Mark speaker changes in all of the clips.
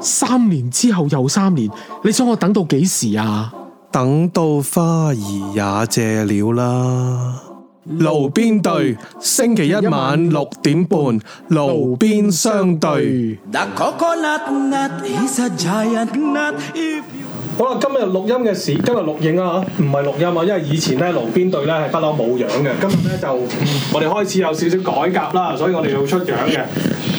Speaker 1: 三年之後又三年，你想我等到幾時啊？
Speaker 2: 等到花兒也謝了啦。
Speaker 3: 爐邊對，星期一晚六點半，爐邊相對。
Speaker 4: 好啦，今日錄音嘅時，今日錄影啊，唔係錄音啊，因為以前咧爐邊對咧係不嬲冇樣嘅，今日咧就嗯我哋開始有少少改革啦，所以我哋要出樣嘅。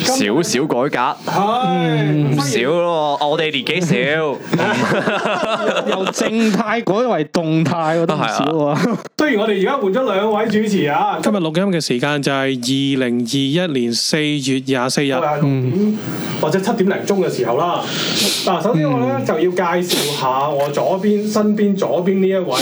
Speaker 4: 今
Speaker 5: 少少改革，
Speaker 4: 係，
Speaker 5: 嗯少咯喎，我哋年紀少，
Speaker 6: 由靜態改為動態，我覺得
Speaker 5: 啊
Speaker 6: 唔少喎。
Speaker 4: 雖然我哋而家換咗兩位主持啊，
Speaker 3: 今日錄音嘅時間就係二零二一年四月廿四日
Speaker 4: 我。係六
Speaker 5: 嗯
Speaker 4: 點或者七點零鐘嘅時候啦。嗱，首先我
Speaker 5: 嗯
Speaker 4: 咧就要介紹下我左邊身邊左邊呢一位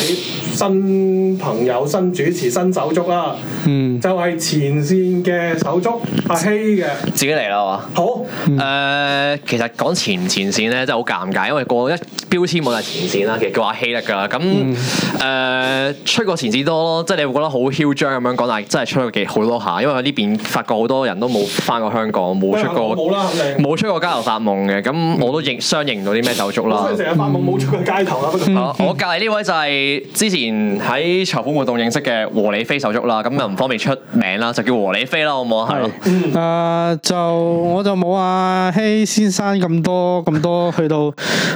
Speaker 4: 新朋友、新主持、新手足啦。嗯，就係前線嘅手足阿希嘅。
Speaker 5: 自己嚟啦嘛。
Speaker 4: 好，
Speaker 5: 誒、
Speaker 6: 嗯
Speaker 5: 其實講前唔前線咧，真係好尷尬，因為個一標籤我就係前線啦，其實叫阿希力㗎啦。咁誒、
Speaker 6: 嗯
Speaker 5: 出過前線多咯，即係你會覺得好囂張咁樣講，但係真係出過幾好多下，因為呢邊發覺好多人都冇翻過香港，冇出過
Speaker 4: 我冇啦，肯定。
Speaker 5: 冇出過街頭發夢嘅，咁我都認相認唔到啲咩手足啦。
Speaker 4: 所以成日發夢冇出過街頭啦，不過。
Speaker 5: 啊我隔離呢位就係之前喺籌款活動認識嘅和李飛手足啦，咁又唔方便出名啦，就叫和李飛啦，好唔好啊？係咯。
Speaker 6: 係啊，就我就冇阿希先生咁多咁多去到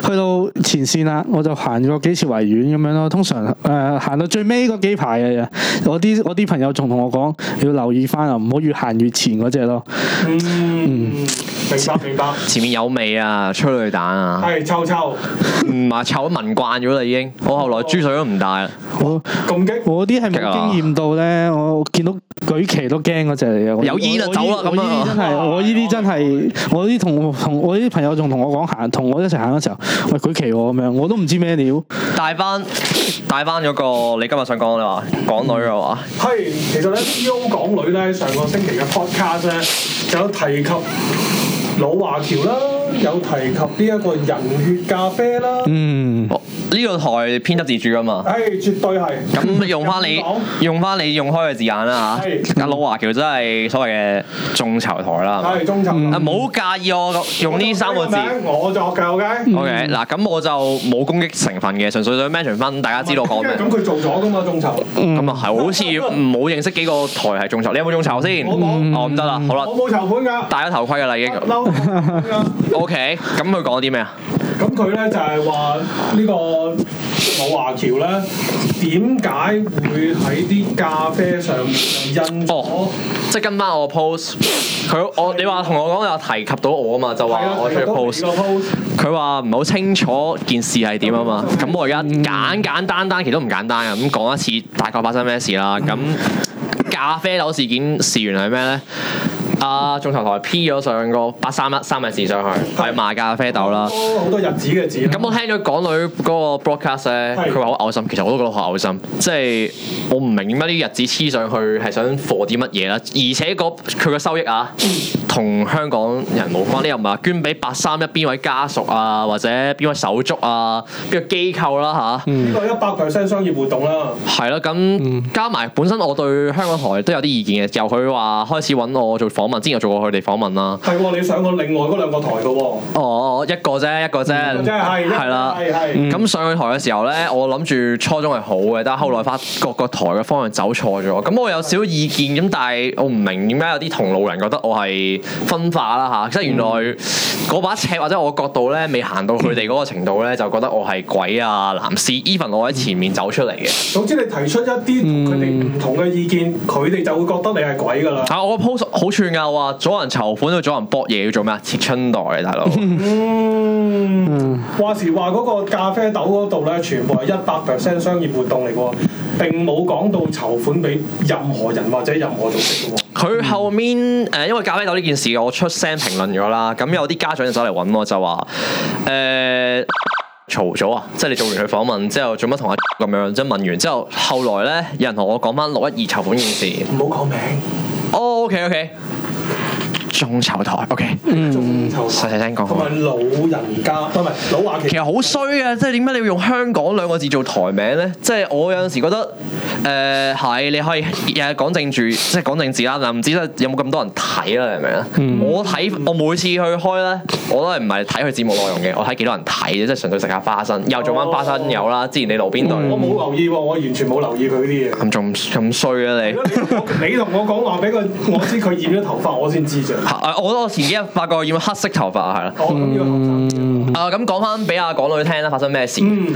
Speaker 6: 去到前線啦，我就行過幾次維園咁樣咯。通常誒行到最尾嗰幾排嘅，我啲我啲朋友仲同我講要留意翻啊，唔好越行越前嗰只咯。
Speaker 4: 嗯，明白明白，
Speaker 5: 前面有味啊，催淚彈啊，
Speaker 4: 係臭臭
Speaker 5: 唔係臭都聞慣咗啦已經。我後來豬水都唔帶啦，
Speaker 6: 我
Speaker 4: 咁激，
Speaker 6: 我啲係冇經驗到咧，我見到舉旗都驚嗰只嚟嘅。我
Speaker 5: 有煙就走啦
Speaker 6: 我
Speaker 5: 咁啊
Speaker 6: 我呢啲真係，我呢啲真係，我呢啲同同我啲朋友仲同我講行，同我一齊行嘅時候，喂舉旗喎咁樣，我都唔知咩料。
Speaker 5: 帶翻帶翻嗰個你今日想講你話港女嘅話，
Speaker 4: 係其實咧 U 港女咧上個星期嘅 podcast 咧就有提及老華僑啦，有提及呢一個人血咖啡啦，
Speaker 6: 嗯，
Speaker 5: 我呢個台編輯自主㗎嘛。
Speaker 4: 唉，絕對係。
Speaker 5: 咁用翻你用翻你用開嘅字眼啦
Speaker 4: 係
Speaker 5: 嚇，阿老華僑真係所謂嘅眾籌台啦，係咪
Speaker 4: 係中集
Speaker 5: 啊，唔好介意我用呢三個字。嗯
Speaker 4: 我作嘅 OK。
Speaker 5: OK，嗱咁我就冇攻擊成分嘅，純粹想 mention 翻大家知道我講咩。
Speaker 4: 咁佢做咗噶嘛眾籌，
Speaker 5: 咁啊係，好似冇認識幾個台係眾籌，你有冇眾籌先？
Speaker 4: 我冇
Speaker 5: 哦唔得啦，好啦
Speaker 4: 我，冇籌款 㗎，
Speaker 5: 戴咗頭盔㗎啦已經。
Speaker 4: 嬲 冇籌款 㗎
Speaker 5: OK，咁佢講啲咩啊？
Speaker 4: 咁佢咧就係話呢個老華僑咧點解會喺啲咖啡上面就印咗
Speaker 5: 哦？即係跟翻我 post，佢我你話同我講有提及到我啊嘛，就話我出咗 post，佢話唔係好清楚件事係點啊嘛。咁我而家簡簡單單，其實都唔簡單啊。咁講一次大概發生咩事啦。咁咖啡樓事件事源係咩咧？啊，眾籌台 P 咗上個八三一三日字上去，係賣咖啡豆啦。
Speaker 4: 多好多日子嘅字啦。
Speaker 5: 咁我聽咗港女嗰個 broadcast 咧，
Speaker 4: 係
Speaker 5: 佢話好嘔心，其實我都覺得好嘔心，即係我唔明點解啲日子黐上去係想 for 啲乜嘢啦，而且嗰佢嘅收益啊，同香港人冇關，你又唔係話捐俾八三一邊位家屬啊，或者邊位手足啊，邊個機構啦、吓。
Speaker 4: 呢個一百 percent 商業活動啦，
Speaker 5: 係咯，咁加埋本身我對香港台都有啲意見嘅，由佢話開始揾我做訪問，之前有做過佢哋訪問啦。
Speaker 4: 係喎，你上過另外嗰兩個台嘅喎，
Speaker 5: 哦，一個嗯啫，一個啫，
Speaker 4: 即係係
Speaker 5: 係啦。嗯
Speaker 4: 係係
Speaker 5: 咁上去台嘅時候咧，我諗住初中係好嘅，但係後來發覺個台嘅方向走錯咗。咁我有少少意見，咁但係我唔明點解有啲同路人覺得我係分化啦吓，即係原來嗰把尺或者我角度咧未行到佢哋嗰個程度咧，就覺得我係鬼啊藍絲。even 我喺前面走出嚟嘅，
Speaker 4: 總之你提出一啲同佢哋唔同嘅意見，佢哋就會覺得你係鬼㗎啦。
Speaker 5: 啊我個 post 好串㗎，我話阻人籌款，阻人搏嘢，要做咩啊？切春袋大佬。
Speaker 4: 嗯，話時話嗰個咖啡豆嗰度咧，全部係一百 percent 商業活動嚟喎，並冇講到籌款俾任何人或者任何組織嘅喎。
Speaker 5: 佢後面誒、呃因為咖啡豆呢件事，我出聲評論咗啦。咁有啲家長就走嚟揾我，就話誒嘈咗啊！即係你做完佢訪問之後，做乜同阿咁樣？即係問完之後，後來咧有人同我講翻六一二籌款件事。
Speaker 4: 唔好講名，
Speaker 5: 哦，OK OK。眾籌台，OK。
Speaker 4: 眾籌
Speaker 5: 嗯細啊細聲講
Speaker 4: 同埋老人家，唔係老話其
Speaker 5: 其實好衰啊！即係點解你要用香港兩個字做台名咧？即係我有陣時覺得，誒、呃係你可以日日講政治，即係講政治啦。但唔知得有冇咁多人睇啦？你明唔明啊？我睇我每次去開咧，我都係唔係睇佢節目內容嘅，我睇幾多人睇啫，即係純粹食下花生，又做翻花生友啦。之前你路邊隊，
Speaker 4: 我冇留意喎，我完全冇留意佢啲嘢。
Speaker 5: 咁仲咁衰啊你！
Speaker 4: 你同我 講話俾個我知佢染咗頭髮，我先知啫。
Speaker 5: 啊我我前幾日發覺染黑色頭髮啊係啦。
Speaker 4: 我咁要學習。
Speaker 5: 啊，咁講翻俾阿港女聽啦，發生咩事？誒、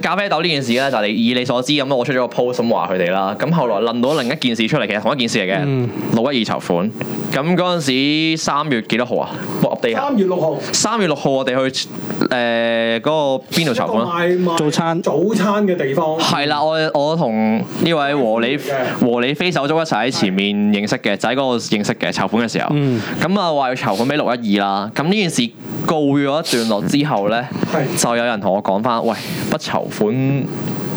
Speaker 5: 咖啡豆呢件事咧，就係你以你所知咁，我出咗個 post 咁話佢哋啦。咁後來論到另一件事出嚟，其實同一件事嚟嘅，六一二籌款。咁嗰陣時三月幾多號啊？我 update 下。
Speaker 4: 三月六號。
Speaker 5: 三月六號我哋去誒嗰、個邊度籌款啊？
Speaker 4: 一個賣賣
Speaker 6: 早餐
Speaker 4: 早餐嘅地方，
Speaker 5: 係啦，我我同呢位和你
Speaker 4: 嗯
Speaker 5: 和你飛手足一齊喺前面認識嘅，就喺嗰個認識嘅籌款嘅時候，
Speaker 4: 嗯
Speaker 5: 咁啊話要籌款俾六一二啦。咁呢件事告咗一段落之後咧，
Speaker 4: 係
Speaker 5: 就有人同我講翻，喂，不籌款。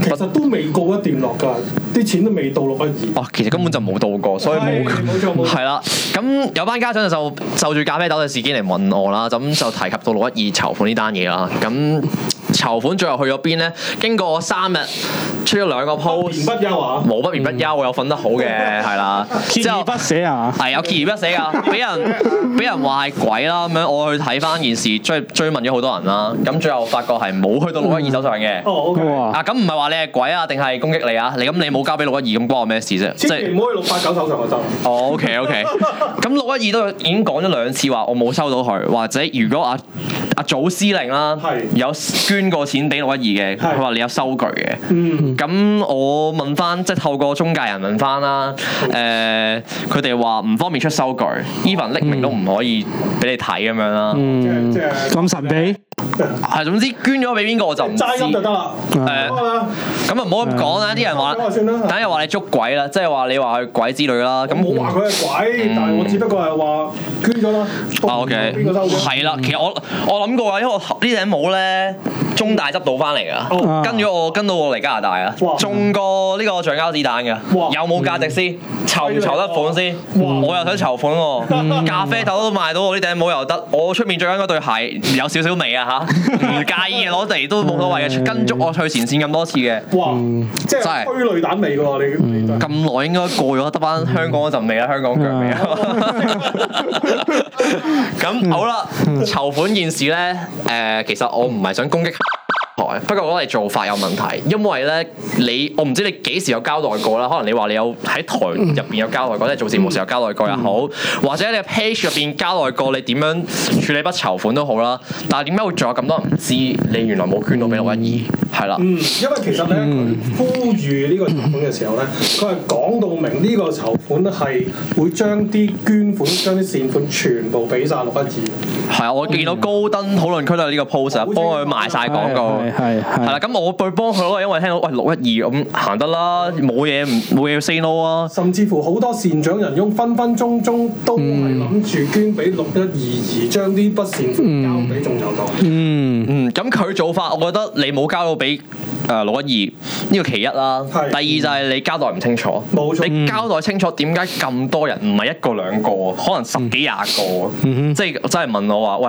Speaker 4: 其實都未告一段落㗎，啲錢都未到六不二。
Speaker 5: 哦，其實根本就冇到 過，所以冇
Speaker 4: 係冇錯冇錯
Speaker 5: 係啦。咁有班家長就就住咖啡豆嘅事件嚟問我啦，咁就提及到六一二籌款呢單嘢啦。咁籌款最後去咗邊咧？經過我三日出咗兩個
Speaker 4: 不言
Speaker 5: post。
Speaker 4: 不休啊！
Speaker 5: 冇不眠不休，我有瞓得好嘅，係啦。
Speaker 6: 鍥
Speaker 5: 之
Speaker 6: 而
Speaker 5: 後
Speaker 6: 不捨啊！
Speaker 5: 係有鍥而不捨㗎，俾人俾人話係鬼啦咁樣。我去睇翻件事，追追問咗好多人啦。咁最後發覺係冇去到六一二手上嘅。
Speaker 4: 哦，OK，
Speaker 6: 哇！
Speaker 5: 啊，咁唔係話你係鬼啊，定係攻擊你啊？你咁你冇交俾六一二，咁關我咩事啫？即
Speaker 4: 千祈
Speaker 5: 係
Speaker 4: 唔好去六八九手上就得。
Speaker 5: 哦，OK OK。咁六一二都已經講咗兩次話我冇收到佢，或者如果阿阿祖司令啦
Speaker 4: 係
Speaker 5: 有捐過錢俾六一二嘅，
Speaker 4: 係
Speaker 5: 佢話你有收據嘅。
Speaker 4: 嗯，
Speaker 5: 咁我問翻，即係透過中介人問翻啦。誒，佢哋話唔方便出收據，even 匿
Speaker 4: 嗯
Speaker 5: 名都唔可以俾你睇咁樣啦。
Speaker 6: 嗯，
Speaker 4: 即係
Speaker 6: 咁神秘，
Speaker 5: 係總之捐咗俾邊個我就唔知。
Speaker 4: 齋音就得
Speaker 5: 誒，
Speaker 4: 啦。
Speaker 6: 嗯
Speaker 4: 好啦，
Speaker 5: 咁啊唔好咁講啦，啲人話
Speaker 4: 講下，先啦
Speaker 5: 等人話你捉鬼啦，即係話你話佢鬼之類啦。咁嗯
Speaker 4: 我冇話佢係鬼，但係我只不過係話捐咗啦。
Speaker 5: 啊，OK，
Speaker 4: 邊個收咗？
Speaker 5: 係啦，其實我我諗過啊，因為我呢頂帽咧，中大執到翻嚟
Speaker 4: 哦
Speaker 5: 噶，跟咗我跟到我嚟加拿大啊
Speaker 4: 哇，
Speaker 5: 中過呢個橡膠子彈嘅，
Speaker 4: 哇嗯
Speaker 5: 有冇價值先？籌唔籌得款先？
Speaker 4: 啊
Speaker 5: 我又想籌款
Speaker 4: 嗯
Speaker 5: 喎，咖啡豆都賣到我呢頂帽又得，我出面着緊嗰對鞋有少少味啊嚇，唔介意嘅啊攞嚟都冇所謂
Speaker 4: 嗯
Speaker 5: 嘅，跟足我去前線咁多次嘅。
Speaker 4: 哇！
Speaker 6: 嗯
Speaker 4: 即係催淚彈味㗎喎，你你
Speaker 5: 咁耐應該過咗，得翻香港嗰陣味啦，香港腳味啊！咁好啦，籌款件事咧，誒、其實我唔係想攻擊台，不過我覺得你做法有問題，因為咧你我唔知你幾時有交代過啦，可能你話你有喺台入邊有交代過，即係做節目時有交代過又好，或者你嘅 page 入邊交代過你點樣處理筆籌款都好啦，但係點解會仲有咁多人唔知你原來冇捐到俾六一二？係啦，
Speaker 4: 嗯，因為其實咧，
Speaker 6: 嗯
Speaker 4: 佢呼籲呢個籌款嘅時候咧，佢係講到明呢個籌款係會將啲捐款、將啲善款全部俾晒六一二。
Speaker 5: 係啊，我見到高登討論區都有呢個 post，啊幫佢賣晒廣告。
Speaker 6: 係係係
Speaker 5: 係啦，咁我對幫佢咯，因為聽到喂六一二咁行得啦，冇嘢唔冇嘢要 say no 啊。
Speaker 4: 甚至乎好多善長人翁分分鐘鐘都係
Speaker 6: 嗯
Speaker 4: 諗住捐俾六一二，而將呢筆善款交俾眾籌黨。
Speaker 6: 嗯，
Speaker 5: 嗯，咁佢做法，我覺得你冇交到俾誒六一二呢個其一啦。
Speaker 4: 係
Speaker 5: 第二就係你交代唔清楚，
Speaker 4: 冇錯
Speaker 6: 嗯
Speaker 5: 你交代清楚點解咁多人唔係一個兩個，可能十
Speaker 6: 嗯
Speaker 5: 幾廿個，即係真係問我話喂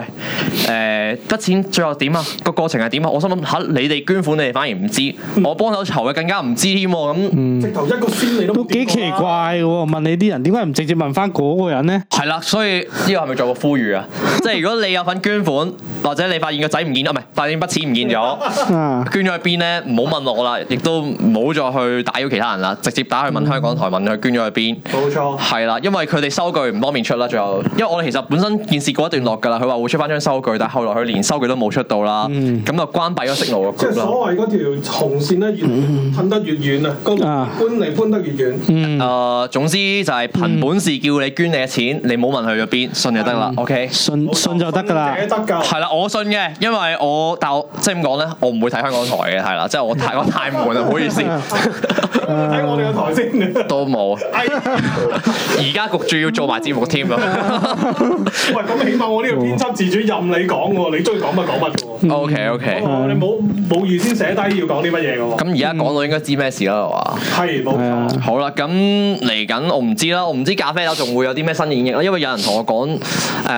Speaker 5: 誒筆、錢最後點啊？個過程係點啊？我心諗吓你哋捐款你哋反而唔知，
Speaker 6: 嗯
Speaker 5: 我幫手籌嘅更加唔知添喎咁。
Speaker 4: 直頭一個先你都
Speaker 6: 都
Speaker 4: 冇
Speaker 6: 幾
Speaker 4: 見過
Speaker 6: 奇
Speaker 4: 啦
Speaker 6: 怪嘅喎。問你啲人點解唔直接問翻嗰個人咧？
Speaker 5: 係啦，所以呢個係咪做個呼籲 啊？即係如果你有份捐款，或者你發現個仔唔見咗，唔係發現筆錢唔見 咗，
Speaker 6: 啊，
Speaker 5: 捐咗去邊咧？唔好問我啦，亦都唔好再去打擾其他人啦，直接打去問香港台問佢捐咗去邊。
Speaker 4: 冇錯。
Speaker 5: 係啦，因為佢哋收據唔方便出啦，最後，因為我哋其實本身件事過一段落㗎啦，佢話會出翻張收據，但係後來佢連收據都冇出到啦，咁就關閉咗 signal
Speaker 4: 嗯即係
Speaker 5: 個 group 啦。
Speaker 4: 所謂嗰條紅線咧，越褪得越遠啊，個
Speaker 6: 嗯啊嗯
Speaker 4: 搬嚟搬得越遠。
Speaker 5: 誒、
Speaker 4: 嗯
Speaker 5: 總之就係憑本事叫你捐你嘅錢，你唔好問去咗邊，信就得啦。OK，
Speaker 4: 嗯
Speaker 6: 信信就得㗎啦。啊
Speaker 4: 信者得㗎。
Speaker 5: 係啦，係我信嘅，因為我但我即係點講咧，我唔會睇香港台嘅，係啦，即係我太我太悶啊啦，唔好意思，
Speaker 4: 睇我哋個台先。
Speaker 5: 都冇。而家焗住要做埋節目添啊
Speaker 4: 喂，咁起碼我呢個編輯自主任你講喎，你中意講乜講乜嘅喎。
Speaker 5: ！OK
Speaker 6: 嗯
Speaker 5: OK，
Speaker 4: 我哋冇冇預先寫低要講啲乜嘢嘅喎。
Speaker 5: 咁而家講到應該知咩事啦，係嘛？
Speaker 4: 係冇
Speaker 6: 係啊
Speaker 4: 錯。
Speaker 5: 好啦，咁嚟緊我唔知啦，我唔知咖啡樓仲會有啲咩新演繹啦，因為有人同我講，誒、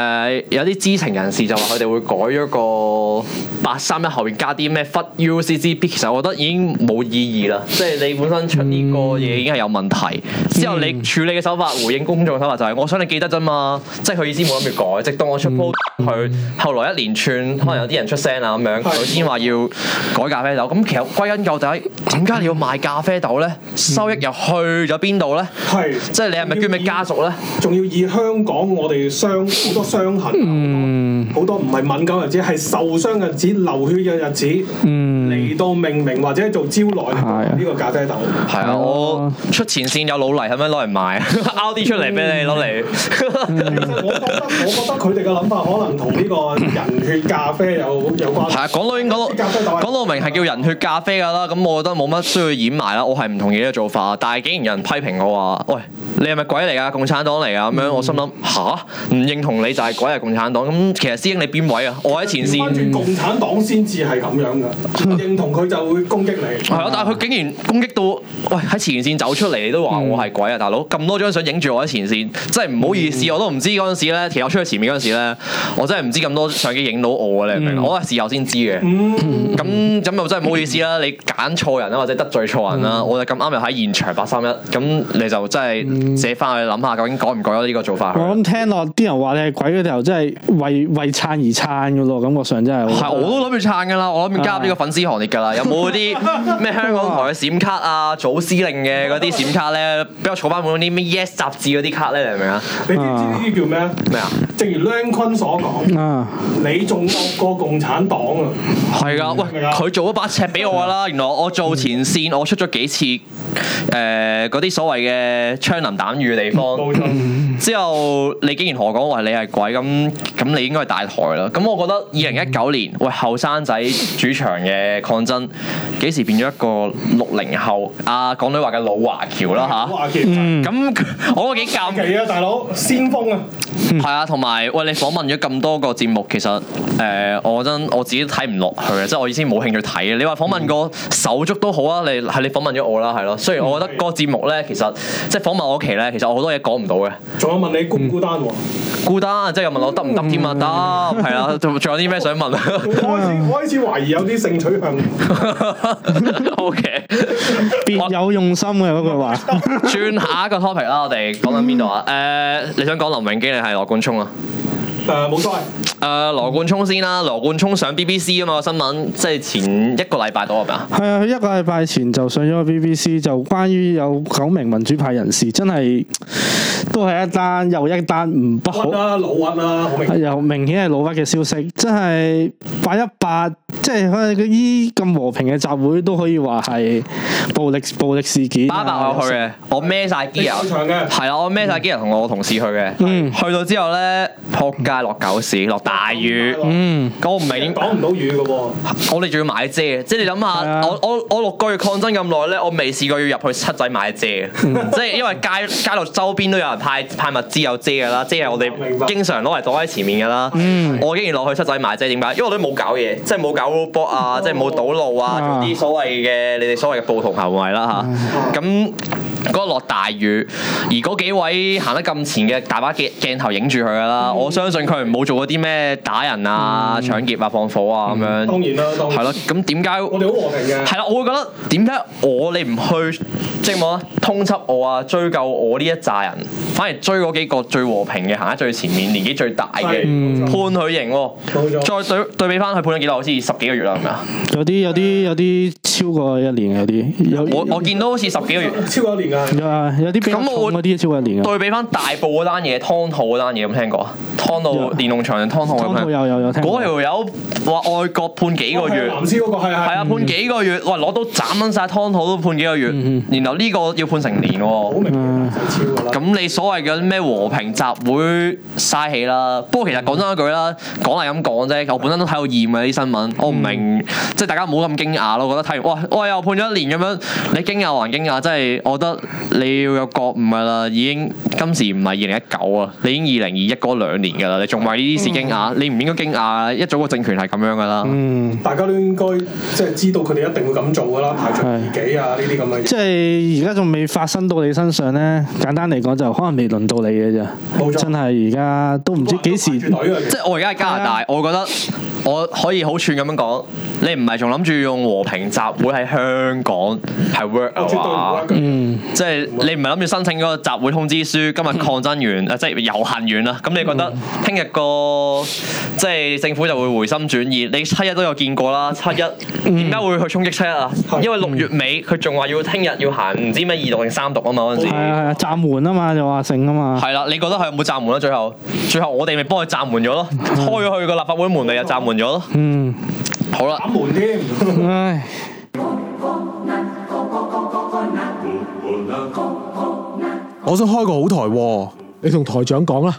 Speaker 5: 有啲知情人士就話佢哋會改咗個八三一後面加啲咩 f UCCB，其實我覺得已經冇意義啦，即係你本身出呢個嘢已經係有問題，之後你處理嘅手法回應公眾嘅手法就係、我想你記得啫嘛，即係佢意思冇諗住改，直到我出 p 佢後來一連串可能有啲人出聲啊咁樣，佢先話要改咖啡豆。咁其實歸根究底，點解你要賣咖啡豆咧？收益又去咗邊度咧？
Speaker 4: 係，
Speaker 5: 即係你係咪捐俾家屬咧？
Speaker 4: 仲要以香港我哋傷好多傷
Speaker 6: 嗯
Speaker 4: 痕啊，好多好多唔係敏感日子，係受傷嘅日子、流血嘅日子，嚟到命名或者做招來
Speaker 6: 嗯係啊
Speaker 4: 呢個咖啡豆。
Speaker 5: 係啊，我出前線有老泥，係咪攞嚟賣 ？out 啲出嚟俾你攞嚟。
Speaker 4: 其實我覺得，我覺得佢哋嘅諗法可能同呢個人血咖啡有有關
Speaker 5: 係。啊，講到已經講到講到明係叫人血咖啡㗎啦，咁我覺得冇乜需要掩埋啦，我係唔同意呢個做法，啊但係竟然有人批評我話：喂，你係咪鬼嚟㗎？共產黨嚟㗎？咁樣我心諗吓，唔認同你就係鬼係共產黨，咁其實師兄你邊位啊？我喺前線
Speaker 4: 關。注共產黨先至係咁樣
Speaker 6: 嗯
Speaker 4: 㗎，認同佢就會攻擊你。
Speaker 5: 係啊！但係佢竟然攻擊到，喂喺前線走出嚟，你都話我係鬼啊，大佬！咁多張相影住我喺前線，真係唔好意思，我都唔知嗰陣時咧，其實我出去前面嗰陣時咧，我真係唔知咁多相機影到我啊！你明唔明？我係事後先知嘅。咁咁又真係唔好意思啦，你揀錯人啦，啊或者得罪錯人啦，我就咁啱又喺現場八三一，咁你就真係寫翻去諗下，究竟改唔改咗呢個做法？
Speaker 6: 我咁聽落，啲人話你係鬼嗰頭，真係為為撐而撐噶咯，感覺上真係。
Speaker 5: 係，我都諗住撐㗎啦，我諗住加入呢個粉絲行列㗎啦。有冇 啲咩香港台嘅閃卡啊、祖司令嘅嗰啲閃卡咧，俾我儲翻本嗰啲咩 Yes 雜誌嗰啲卡咧，你明唔明啊？
Speaker 4: 你知唔知呢啲叫咩啊？
Speaker 5: 咩啊？
Speaker 4: 正如梁坤所講，
Speaker 6: 啊，
Speaker 4: 你仲惡過共產黨啊！
Speaker 5: 係㗎，喂，嗯佢做咗把尺俾我㗎啦。原來我做前線，我出咗幾次誒嗰啲所謂嘅槍林彈雨嘅地方。
Speaker 4: 嗯冇錯，
Speaker 6: 嗯
Speaker 5: 之後你竟然同我講話你係鬼咁，咁你應該係大台啦。咁我覺得二零一九年喂後生仔主場嘅抗爭，幾時變咗一個六零後啊港女話嘅老華僑啦
Speaker 4: 好啊
Speaker 5: 吓，
Speaker 4: 話其
Speaker 6: 嗯
Speaker 4: 實
Speaker 5: 咁、 我覺得幾尷
Speaker 4: 奇啊，大佬先鋒啊！
Speaker 5: 係啊，同埋喂，你訪問咗咁多個節目，其實誒、呃我真我自己睇唔落去啊，即係我意思冇興趣睇啊。你話訪問個手足都好啊，你係你訪問咗我嗯啦，係咯。雖然我覺得嗰個節目咧，其實即係訪問我嗰期咧，其實我好多嘢講唔到嘅。
Speaker 4: 仲有問你孤唔孤單喎？
Speaker 5: 孤單，即係又問我得唔得添啊？得，係啦，仲仲有啲咩想問啊
Speaker 6: 嗯
Speaker 4: 我開始我開始懷疑有啲性取向，
Speaker 5: ？O K，
Speaker 6: 別有用心嘅嗰句話。
Speaker 5: 轉下一個 topic 啦，我哋講緊邊度啊？誒、你想講林榮基定係羅冠聰啊？
Speaker 4: 誒冇所謂。
Speaker 5: 誒、羅冠聰先啦，羅冠聰上 BBC 啊嘛，個新聞即係前一個禮拜到係咪啊？
Speaker 6: 係啊，佢一個禮拜前就上咗個 BBC，就關於有九名民主派人士，真係都係一單又一單唔不好
Speaker 4: 屈。啦，老屈啦，好明顯。
Speaker 6: 又明顯係老屈嘅消息，真係八一八，即係佢嗰啲咁和平嘅集會都可以話係暴力暴力事件
Speaker 5: 巴
Speaker 6: 啊。
Speaker 5: 白我去嘅，我孭晒 gear，啊
Speaker 4: 你上場嘅
Speaker 5: 係啦，我孭晒 gear 同我同事去嘅，
Speaker 6: 嗯
Speaker 5: 去到之後咧，撲街落狗屎，落大雨，
Speaker 6: 嗯，
Speaker 5: 咁我唔明。
Speaker 4: 講唔到語嘅喎，
Speaker 5: 我哋仲要買遮，即係你諗
Speaker 6: 係
Speaker 5: 下，
Speaker 6: 啊
Speaker 5: 我我我六個月抗爭咁耐咧，我未試過要入去七仔 買遮，即係因為街街道周邊都有人派派物資有遮㗎啦，遮係我
Speaker 4: 明白
Speaker 5: 哋經常攞嚟擋喺前面㗎啦。
Speaker 6: 嗯
Speaker 5: 我竟然落去七仔買遮，點解？因為我哋冇搞嘢，即係冇搞 robot 啊，即係冇堵路啊，做
Speaker 6: 嗯啊嗯
Speaker 5: 啲所謂嘅你哋所謂嘅暴徒行為啦吓，咁嗰個落大雨，而嗰幾位行得咁前嘅大把鏡鏡頭影住佢㗎
Speaker 6: 嗯
Speaker 5: 啦，我相信佢唔冇做過啲咩打人啊、搶劫啊、放火啊咁樣。
Speaker 4: 當然啦，當然。
Speaker 5: 係咯，咁點解
Speaker 4: 我哋好和平嘅。
Speaker 5: 係啦？我會覺得點解我你唔去即係冇啊通緝我啊追究我呢一紮人，反而追嗰幾個最和平嘅行喺最前面年紀最大嘅
Speaker 4: 係冇錯
Speaker 5: 判佢刑
Speaker 4: 冇
Speaker 5: 喎，
Speaker 4: 錯
Speaker 5: 再對對比翻佢判咗幾耐？好似十幾個月啦，係咪啊？
Speaker 6: 有啲有啲有啲超過一年，有啲有嗯
Speaker 5: 我我見到好似十幾個月。
Speaker 4: 超過一年㗎。
Speaker 6: 有啊有啲比較
Speaker 5: 咁
Speaker 6: 重
Speaker 5: 我
Speaker 6: 嗰啲超過一年嘅，啊
Speaker 5: 對比翻大埔嗰單嘢，湯肚嗰單嘢有冇聽過啊？湯
Speaker 6: 有
Speaker 5: 肚連龍長湯肚咁
Speaker 6: 湯
Speaker 5: 樣
Speaker 6: 肚，有有有聽過
Speaker 5: 嗰條友話外國判幾個月。
Speaker 4: 藍絲嗰個係
Speaker 5: 係啊，
Speaker 4: 係
Speaker 5: 判幾個月，哇！攞刀斬撚晒湯肚都判幾個月，然後呢個要判成年
Speaker 4: 好
Speaker 6: 嗯
Speaker 5: 喎。
Speaker 4: 明顯就係超㗎啦。
Speaker 5: 咁你所謂嘅咩和平集會嘥氣啦，不過其實講真一句啦，講係咁講啫。我本身都睇到厭嘅啲新聞，我唔明，即係大家唔好咁驚訝咯。我覺得睇完，哇，我又判咗一年咁樣，你驚訝還驚訝，真係我覺得你要有覺悟㗎啦。已經今時唔係二零一九啊，你已經二零二一嗰兩年㗎啦，你仲為呢啲事驚訝，你唔應該驚訝，一早個政權係咁樣㗎啦。
Speaker 4: 大家都應該即係知道佢哋一定會咁做㗎啦，排除
Speaker 6: 係
Speaker 4: 自己啊呢啲咁嘅嘢
Speaker 6: 即。係而家仲未發生到你身上咧，簡單嚟講就可能未輪到你嘅啫。
Speaker 4: 冇錯
Speaker 6: 真係而家都唔知幾時。
Speaker 4: 都排住隊啊其實
Speaker 5: 即係我而家喺加拿大，我覺得我可以好串咁樣講，你唔係仲諗住用和平集會喺香港係 work
Speaker 4: 啊，絕對唔會
Speaker 5: 啊
Speaker 4: 啊
Speaker 5: 嘛？
Speaker 4: 佢
Speaker 6: 嗯
Speaker 5: 即係你唔係諗住申請嗰個集會通知書，今日抗爭完啊，即係遊行完啦。咁你覺得聽日個即係政府就會回心轉意？你七一都有見過啦，七一點解會去衝擊七一啊？因為六月尾佢仲話要聽日要行唔知咩二讀定三讀啊嘛嗰陣時
Speaker 6: 係。啊係啊，暫緩啊嘛，又話成啊嘛。
Speaker 5: 係啦，你覺得佢有冇暫緩啦？最後，最後我哋咪幫佢暫緩咗咯，開咗佢個立法會門，你又暫緩咗咯。
Speaker 6: 嗯，
Speaker 5: 好啦，
Speaker 4: 打門添。
Speaker 6: 唉，
Speaker 3: 我想開個好台喎、
Speaker 1: 你同台長講啦，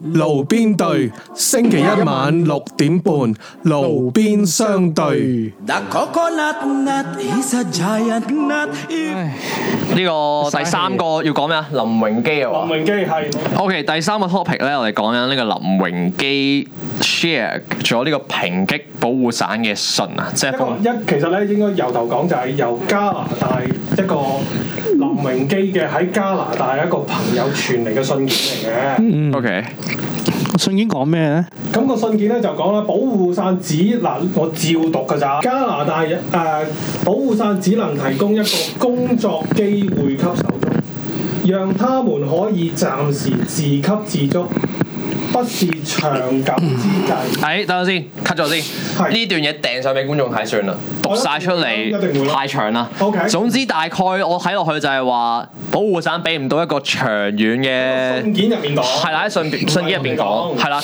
Speaker 3: 路邊對，星期一晚六點半，路邊相對。
Speaker 7: The coconut nut is a giant nut. If
Speaker 5: 呢個第三個要講咩啊？林榮基啊
Speaker 4: 林
Speaker 5: 嘛。
Speaker 4: 榮基係
Speaker 5: OK，第三個 topic 咧，我哋講緊呢個林榮基 share 咗呢個抨擊保護傘嘅信啊，即係
Speaker 4: 一個
Speaker 5: 封
Speaker 4: 一其實咧應該由頭講就係由加拿大一個林榮基嘅喺加拿大一個朋友傳嚟嘅信件嚟嘅。
Speaker 5: OK，
Speaker 6: 嗯信件講咩咧？
Speaker 4: 咁個信件咧就講啦，保護傘只嗱我照讀㗎咋。加拿大誒、呃保護傘只能提供一個工作機會給手足，讓他們可以暫時自給自足，不是長久之計。
Speaker 5: 誒，哎等陣先，cut 咗先。
Speaker 4: 係
Speaker 5: 呢段嘢掟上俾觀眾睇算啦，讀晒出
Speaker 4: 一定會
Speaker 5: 嚟
Speaker 4: 啦
Speaker 5: 太長啦。
Speaker 4: OK
Speaker 5: 總之大概我睇落去就係話，保護傘俾唔到一個長遠嘅
Speaker 4: 信件入面講
Speaker 5: 係啦，喺信信件入邊講係啦。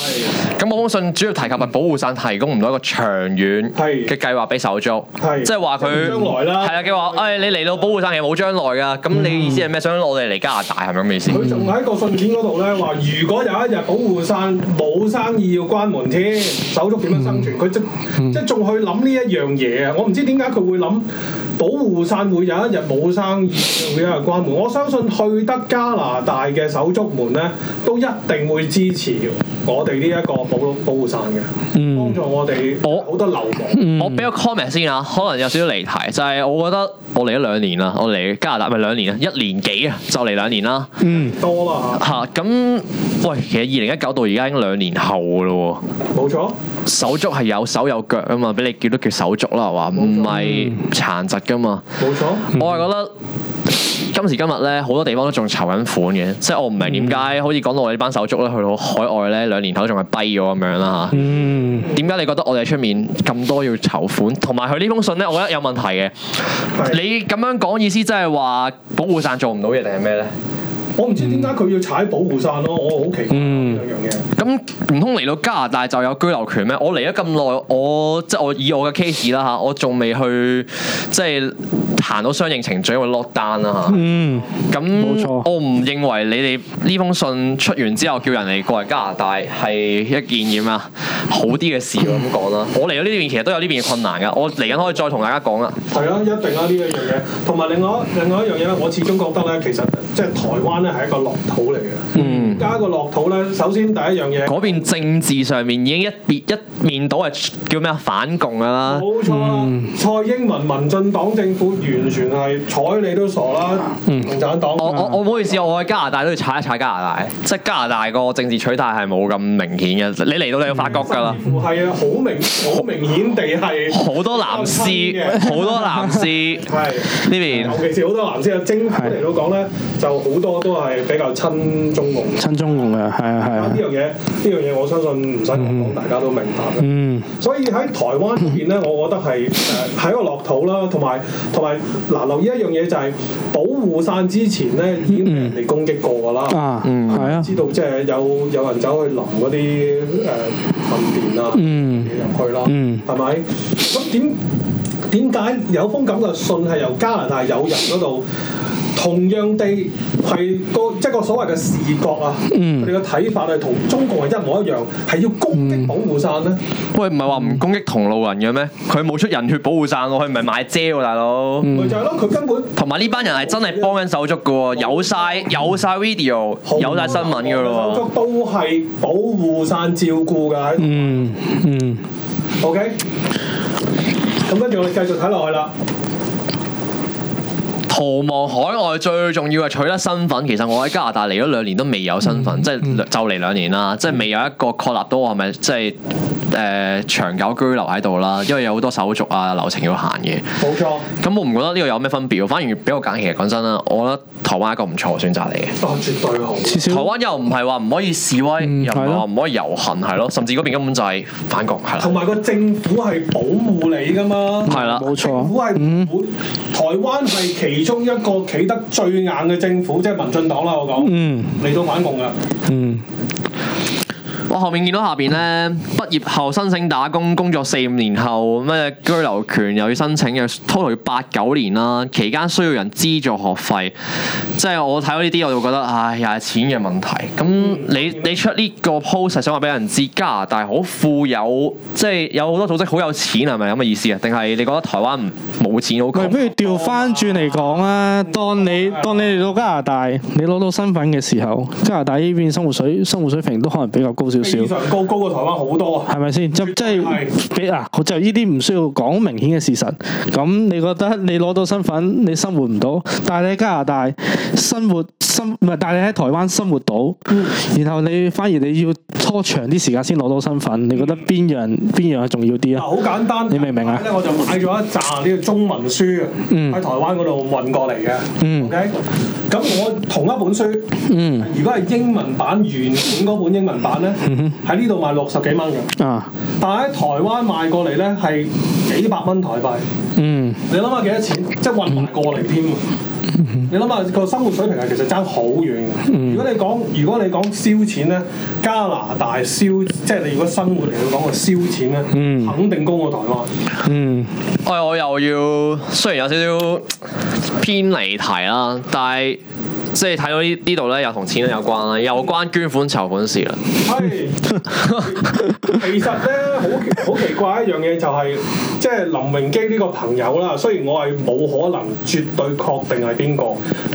Speaker 5: 咁我封信主要提及係保護傘提供唔到一個長遠
Speaker 4: 係
Speaker 5: 嘅計劃俾手足，
Speaker 4: 係
Speaker 5: 即係話佢
Speaker 4: 將來啦
Speaker 5: 係啦，啊佢話哎誒你嚟到保護傘其實冇將來噶，咁你意思係咩？想我哋嚟加拿大係咪咁嘅意思？
Speaker 4: 嗯佢仲喺個信件嗰度咧話，如果有一日保護傘冇生意要關門添，手足點樣生存？
Speaker 5: 嗯
Speaker 4: 佢即即仲去諗呢一樣嘢啊！我唔知點解佢會諗保護傘會有一日冇生意，會有一日關門。我相信去得加拿大嘅手足們咧，都一定會支持我哋呢一個保保護傘嘅，幫助我哋
Speaker 5: 嗯我
Speaker 4: 好多流亡。
Speaker 5: 我俾個 comment 先啊，可能有少少離題，就係、我覺得我嚟咗兩年啦，我嚟加拿大咪兩年啊，一年幾啊，就嚟兩年啦
Speaker 4: 多啦
Speaker 5: 嚇。咁、喂，其實二零一九到而家已經兩年後噶咯喎。
Speaker 4: 嚇，冇錯，
Speaker 5: 手足係有手有腳啊嘛，俾你叫都叫手足啦，係嘛？唔係殘疾噶嘛。
Speaker 4: 冇錯。
Speaker 5: 我係覺得今時今日咧，好多地方都仲籌緊款嘅，即係我唔明點解，好似講到我哋班手足咧，去到海外咧兩年後都仲係跛咗咁樣啦嚇。
Speaker 6: 嗯，
Speaker 5: 點解你覺得我哋出面咁多要籌款，同埋佢呢封信咧，我覺得有問題嘅。你咁樣講意思，即係話保護傘做唔到嘢定係咩咧？
Speaker 4: 我唔知點解佢要踩保護傘咯，我好奇怪
Speaker 5: 嗯
Speaker 4: 呢樣嘢。
Speaker 5: 咁唔通嚟到加拿大就有居留權咩？我嚟咗咁耐，我即係我以我嘅 case 啦嚇，我仲未去即係行到相應程序，因為 lock down 啦嚇。
Speaker 6: 嗯，
Speaker 5: 咁
Speaker 6: 冇錯
Speaker 5: 我唔認為你哋呢封信出完之後叫人嚟過嚟加拿大係一件點啊好啲嘅事喎咁講啦。
Speaker 6: 嗯
Speaker 5: 我嚟咗呢邊其實都有呢邊嘅困難㗎，我嚟緊可以再同大家講啦。
Speaker 4: 係啊啦，一定啦呢一樣嘢，同埋另外另外一樣嘢咧，我始終覺得咧，其實即係台灣咧係一個樂土嚟嘅。嗯，加個樂土咧，首先第一樣嘢，
Speaker 5: 嗰邊政治上面已經一別一面倒係叫咩啊嗯反共㗎啦。
Speaker 4: 冇錯啦，蔡英文民進黨政府完全係睬你都傻啦，共產黨。
Speaker 5: 嗯我我我唔好意思，我喺加拿大都要踩一踩加拿大，即係加拿大個政治取態係冇咁明顯嘅。你嚟到你就發覺㗎啦。
Speaker 4: 係啊，好明好明顯地係
Speaker 5: 好多藍絲，好多藍絲
Speaker 4: 係。
Speaker 5: 呢邊
Speaker 4: 尤其是好多藍絲啊，政府嚟到講咧，就好多都係比較親中共。
Speaker 6: 親中共嘅，係啊係
Speaker 4: 呢
Speaker 6: 啊，
Speaker 4: 樣嘢，呢樣嘢我相信唔使我講，大家都明白嘅。
Speaker 6: 嗯，
Speaker 4: 所以喺台灣呢邊咧，我覺得係誒呃係一個樂土啦，同埋同埋嗱留意一樣嘢就係保護傘之前咧已經俾人哋攻擊過㗎啦。
Speaker 6: 啊，係啊，
Speaker 4: 知道即係有有人走去淋嗰啲誒粪便啊，
Speaker 6: 嗯
Speaker 4: 入去啦，
Speaker 6: 嗯
Speaker 4: 係咪？咁點點解有封咁嘅信係由加拿大友人嗰度？同樣地係個即係個所謂嘅視覺啊，
Speaker 6: 嗯
Speaker 4: 佢哋嘅睇法係同中共係一模一樣，係要攻擊保護傘咧。
Speaker 5: 喂，唔係話唔攻擊同路人嘅咩？佢冇出人血保護傘喎，佢唔係買遮喎，大佬。
Speaker 6: 嗯
Speaker 4: 咪就係咯，佢根本
Speaker 5: 同埋呢班人係真係幫緊手足嘅喎，有晒有晒 video，有晒新聞嘅
Speaker 4: 手
Speaker 5: 咯
Speaker 4: 足都係保護傘照顧㗎喺度
Speaker 6: 嗯嗯
Speaker 4: OK，咁跟住我哋繼續睇落去啦。
Speaker 5: 喎。逃亡海外最重要係取得身份。其實我喺加拿大嚟咗兩年都未有身份，即係就嚟兩年啦，即係未有一個確立到我係咪即係誒長久居留喺度啦。因為有好多手續啊流程要行嘅。
Speaker 4: 冇錯，
Speaker 5: 咁我唔覺得呢個有咩分別喎，反而俾我揀，其實講真啦，我覺得台灣係一個唔錯嘅選擇嚟嘅。
Speaker 4: 哦，絕對好。
Speaker 6: 至少
Speaker 5: 台灣又唔係話唔可以示威，又唔係話唔可以遊行，係咯，甚至嗰邊根本就係反共，係
Speaker 4: 同
Speaker 5: 啦，
Speaker 4: 埋個政府係保護你噶嘛，
Speaker 5: 係啦。
Speaker 4: 政
Speaker 6: 冇錯，
Speaker 4: 府係
Speaker 6: 嗯
Speaker 4: 會台灣係其中一個企得最硬嘅政府，即係民進黨啦。我講
Speaker 6: 嗯
Speaker 4: 嚟到反共啦，
Speaker 6: 嗯
Speaker 5: 我後面見到下邊咧，畢業後申請打工，工作四五年後咩居留權又要申請，又 total 要八九年啦，期間需要人資助學費，即係我睇到呢啲我就覺得，唉，又係錢嘅問題。咁你你出呢個 post 係想話俾人知加拿大好富有，即係有好多組織好有錢係咪咁嘅意思啊？定係你覺得台灣唔冇錢好
Speaker 6: 喂，
Speaker 5: 窮
Speaker 6: 不？如調翻轉嚟講啊！當你當你嚟到加拿大，你攞到身份嘅時候，加拿大呢邊生活水生活水平都可能比較高少少
Speaker 4: 非，常高，高過台灣好多啊。
Speaker 6: 係咪先？即即係
Speaker 4: 係
Speaker 6: 比啊，就呢啲唔需要講明顯嘅事實。咁你覺得你攞到身份，你生活唔到，但係你喺加拿大生活生唔係，但係你喺台灣生活到，然後你反而你要拖長啲時間先攞到身份，你覺得邊樣邊樣係重要啲
Speaker 4: 嗱，
Speaker 6: 啊？
Speaker 4: 好簡單，
Speaker 6: 你明唔明啊
Speaker 4: 咧我就買咗一紮呢個中文書嘅
Speaker 6: 嗯
Speaker 4: 喺台灣嗰度運過嚟嘅。
Speaker 6: 嗯
Speaker 4: OK，咁我同一本書，
Speaker 6: 嗯
Speaker 4: 如果係英文版原本嗰本英文版咧，喺呢度賣六十幾蚊嘅。
Speaker 6: 啊
Speaker 4: 但係喺台灣賣過嚟咧係幾百蚊台幣，
Speaker 6: 嗯
Speaker 4: 你諗下幾多錢？即係運埋過嚟添喎。你諗下個生活水平係其實爭好遠嘅。如果你講如果你講燒錢咧，加拿大燒即係你如果生活嚟講個燒錢咧，
Speaker 6: 嗯
Speaker 4: 肯定高過台灣。
Speaker 6: 嗯
Speaker 5: 哎，我又要雖然有少少偏離題啦，但係即係睇到呢呢度咧，又同錢有關啦，又關捐款籌款事啦。
Speaker 4: 係，其實咧好好奇怪一樣嘢就係、即係林榮基呢個朋友啦。雖然我係冇可能絕對確定係邊個，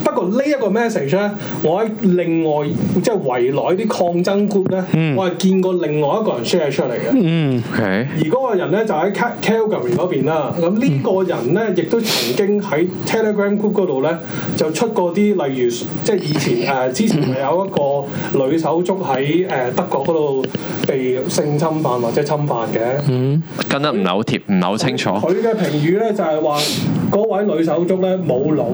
Speaker 4: 不過呢一個 message 咧，我喺另外即係圍內啲抗爭 group 咧，我係見過另外一個人 share 出嚟嘅。
Speaker 6: 嗯
Speaker 5: OK，
Speaker 4: 而嗰個人咧就喺 Cal- Calgary 嗰邊啦，咁呢個人咧亦都曾經喺 Telegram group 嗰度咧就出過啲例如即係以前誒、呃之前咪有一個女手足喺誒、呃德國嗰度被性侵犯或者侵犯嘅，
Speaker 5: 跟得唔係好貼，唔係好清楚。
Speaker 4: 佢嘅評語咧就係話嗰位女手足咧冇腦。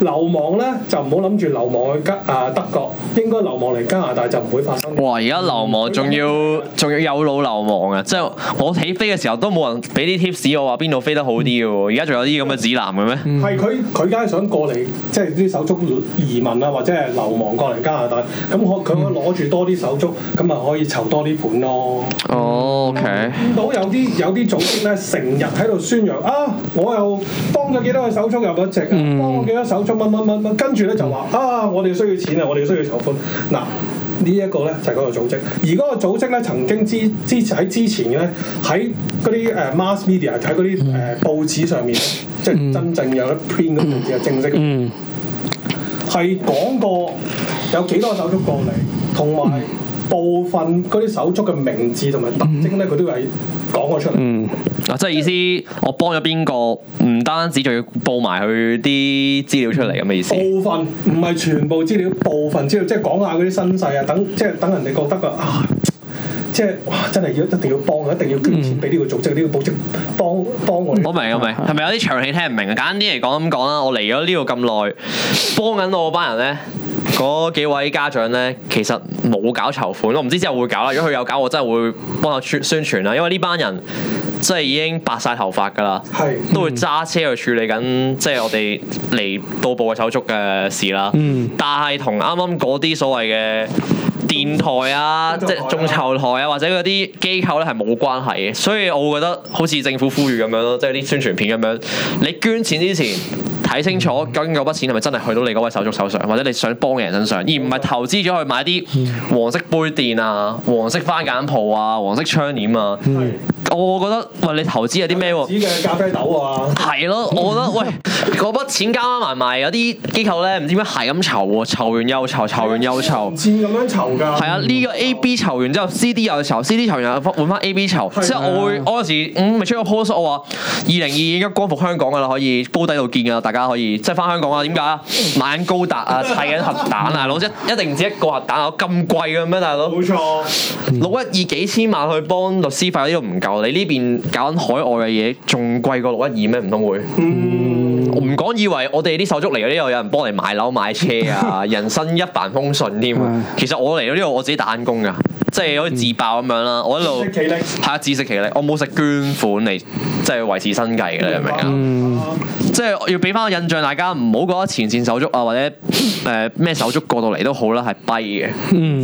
Speaker 4: 流亡咧就唔好諗住流亡去加啊德國，應該流亡嚟加拿大就唔會發生。
Speaker 5: 哇！而家流亡仲要仲要有腦流亡啊！即係我起飛嘅時候都冇人俾啲 tips 我話邊度飛得好啲嘅喎。而家仲有啲咁嘅指南嘅咩？
Speaker 4: 係佢佢梗係想過嚟，即係啲手足移民啊，或者係流亡過嚟加拿大，咁可佢可以攞住多啲手足，咁咪可以籌多啲盤咯。
Speaker 5: 哦，OK，
Speaker 4: 見到有啲有啲組織咧，成日喺度宣揚啊，我又幫咗幾多個手足入咗籍啊，幫咗幾多手足乜乜乜乜，跟住咧就話啊，我哋需要錢啊，我哋需要籌款嗱。呢一個咧就係嗰個組織，而嗰個組織咧曾經之之前喺之前咧喺嗰啲誒 mass media 喺嗰啲誒報紙上面，即係真正有得 print 嗰啲報紙啊，正式
Speaker 6: 嗯
Speaker 4: 係講過有幾多手足過嚟，同埋部分嗰啲手足嘅名字同埋特徵
Speaker 5: 嗯
Speaker 4: 咧，佢都係講過出嚟。
Speaker 6: 嗯
Speaker 5: 嗱，啊即係意思我幫咗邊個，唔單止仲要報埋佢啲資料出嚟咁嘅意思。
Speaker 4: 部分唔係全部資料，部分資料即係講下嗰啲身世啊，等即係等人哋覺得啊，啊即係哇！真係要一定要幫佢，一定要捐錢俾呢個組織，呢、個組織幫幫我哋。
Speaker 5: 我明我明，係咪有啲長氣聽唔明啊？簡單啲嚟講咁講啦，我嚟咗呢度咁耐，幫緊我班人咧，嗰幾位家長咧，其實冇搞籌款，我唔知之後會搞啦。如果佢有搞，我真係會幫下宣宣傳啦，因為呢班人即係已經白晒頭髮㗎啦。
Speaker 4: 係
Speaker 5: 都會揸車去處理緊，即係我哋嚟到步嘅手足嘅事啦。嗯、但係同啱啱嗰啲所謂嘅電台啊，即
Speaker 4: 眾籌台啊
Speaker 5: 係眾籌台啊，或者嗰啲機構咧係冇關係嘅，所以我會覺得好似政府呼籲咁樣咯，即係啲宣傳片咁樣，你捐錢之前。睇清楚究竟嗰筆錢係咪真係去到你嗰位手足手上，或者你想幫嘅人身上，而唔係投資咗去買啲黃色杯墊啊、黃色番梘鋪啊、黃色窗簾啊。我覺得喂，你投資有啲咩喎？
Speaker 4: 紙嘅咖啡豆啊，
Speaker 5: 係咯，我覺得喂，嗰筆錢加加埋埋，有啲機構咧唔知點解係咁籌喎，籌完又籌，籌完又籌。
Speaker 4: 戰咁樣籌㗎。
Speaker 5: 係啊，呢個 A B 籌完之後，C D 又籌，C D 籌完又換翻 A B 籌，
Speaker 4: 係啊
Speaker 5: 即係我會我嗰時嗯咪出個 post 我話二零二應該光復香港噶啦，可以煲底度見噶啦，大家可以即係翻香港啊？點解啊？買緊高達啊，砌緊核彈啊，老一一定唔止一個核彈啊，咁貴嘅咩大佬？
Speaker 4: 冇錯，
Speaker 5: 六一二幾千萬去幫律師費呢度唔夠，你呢邊搞緊海外嘅嘢仲貴過六一二咩？唔通會？我唔講以為我哋啲手足嚟嗰啲又有人幫你買樓買車啊，人生一帆風順添啊。其實我嚟到呢度我自己打緊工㗎，即係好似自爆咁樣啦。我一路
Speaker 4: 即企力。
Speaker 5: 係啊，自食其力，我冇食捐款嚟即係維持生計㗎啦，你明唔明啊？即係我要俾翻個印象，大家唔好覺得前線手足啊，或者誒咩、手足過到嚟都好啦，係跛嘅。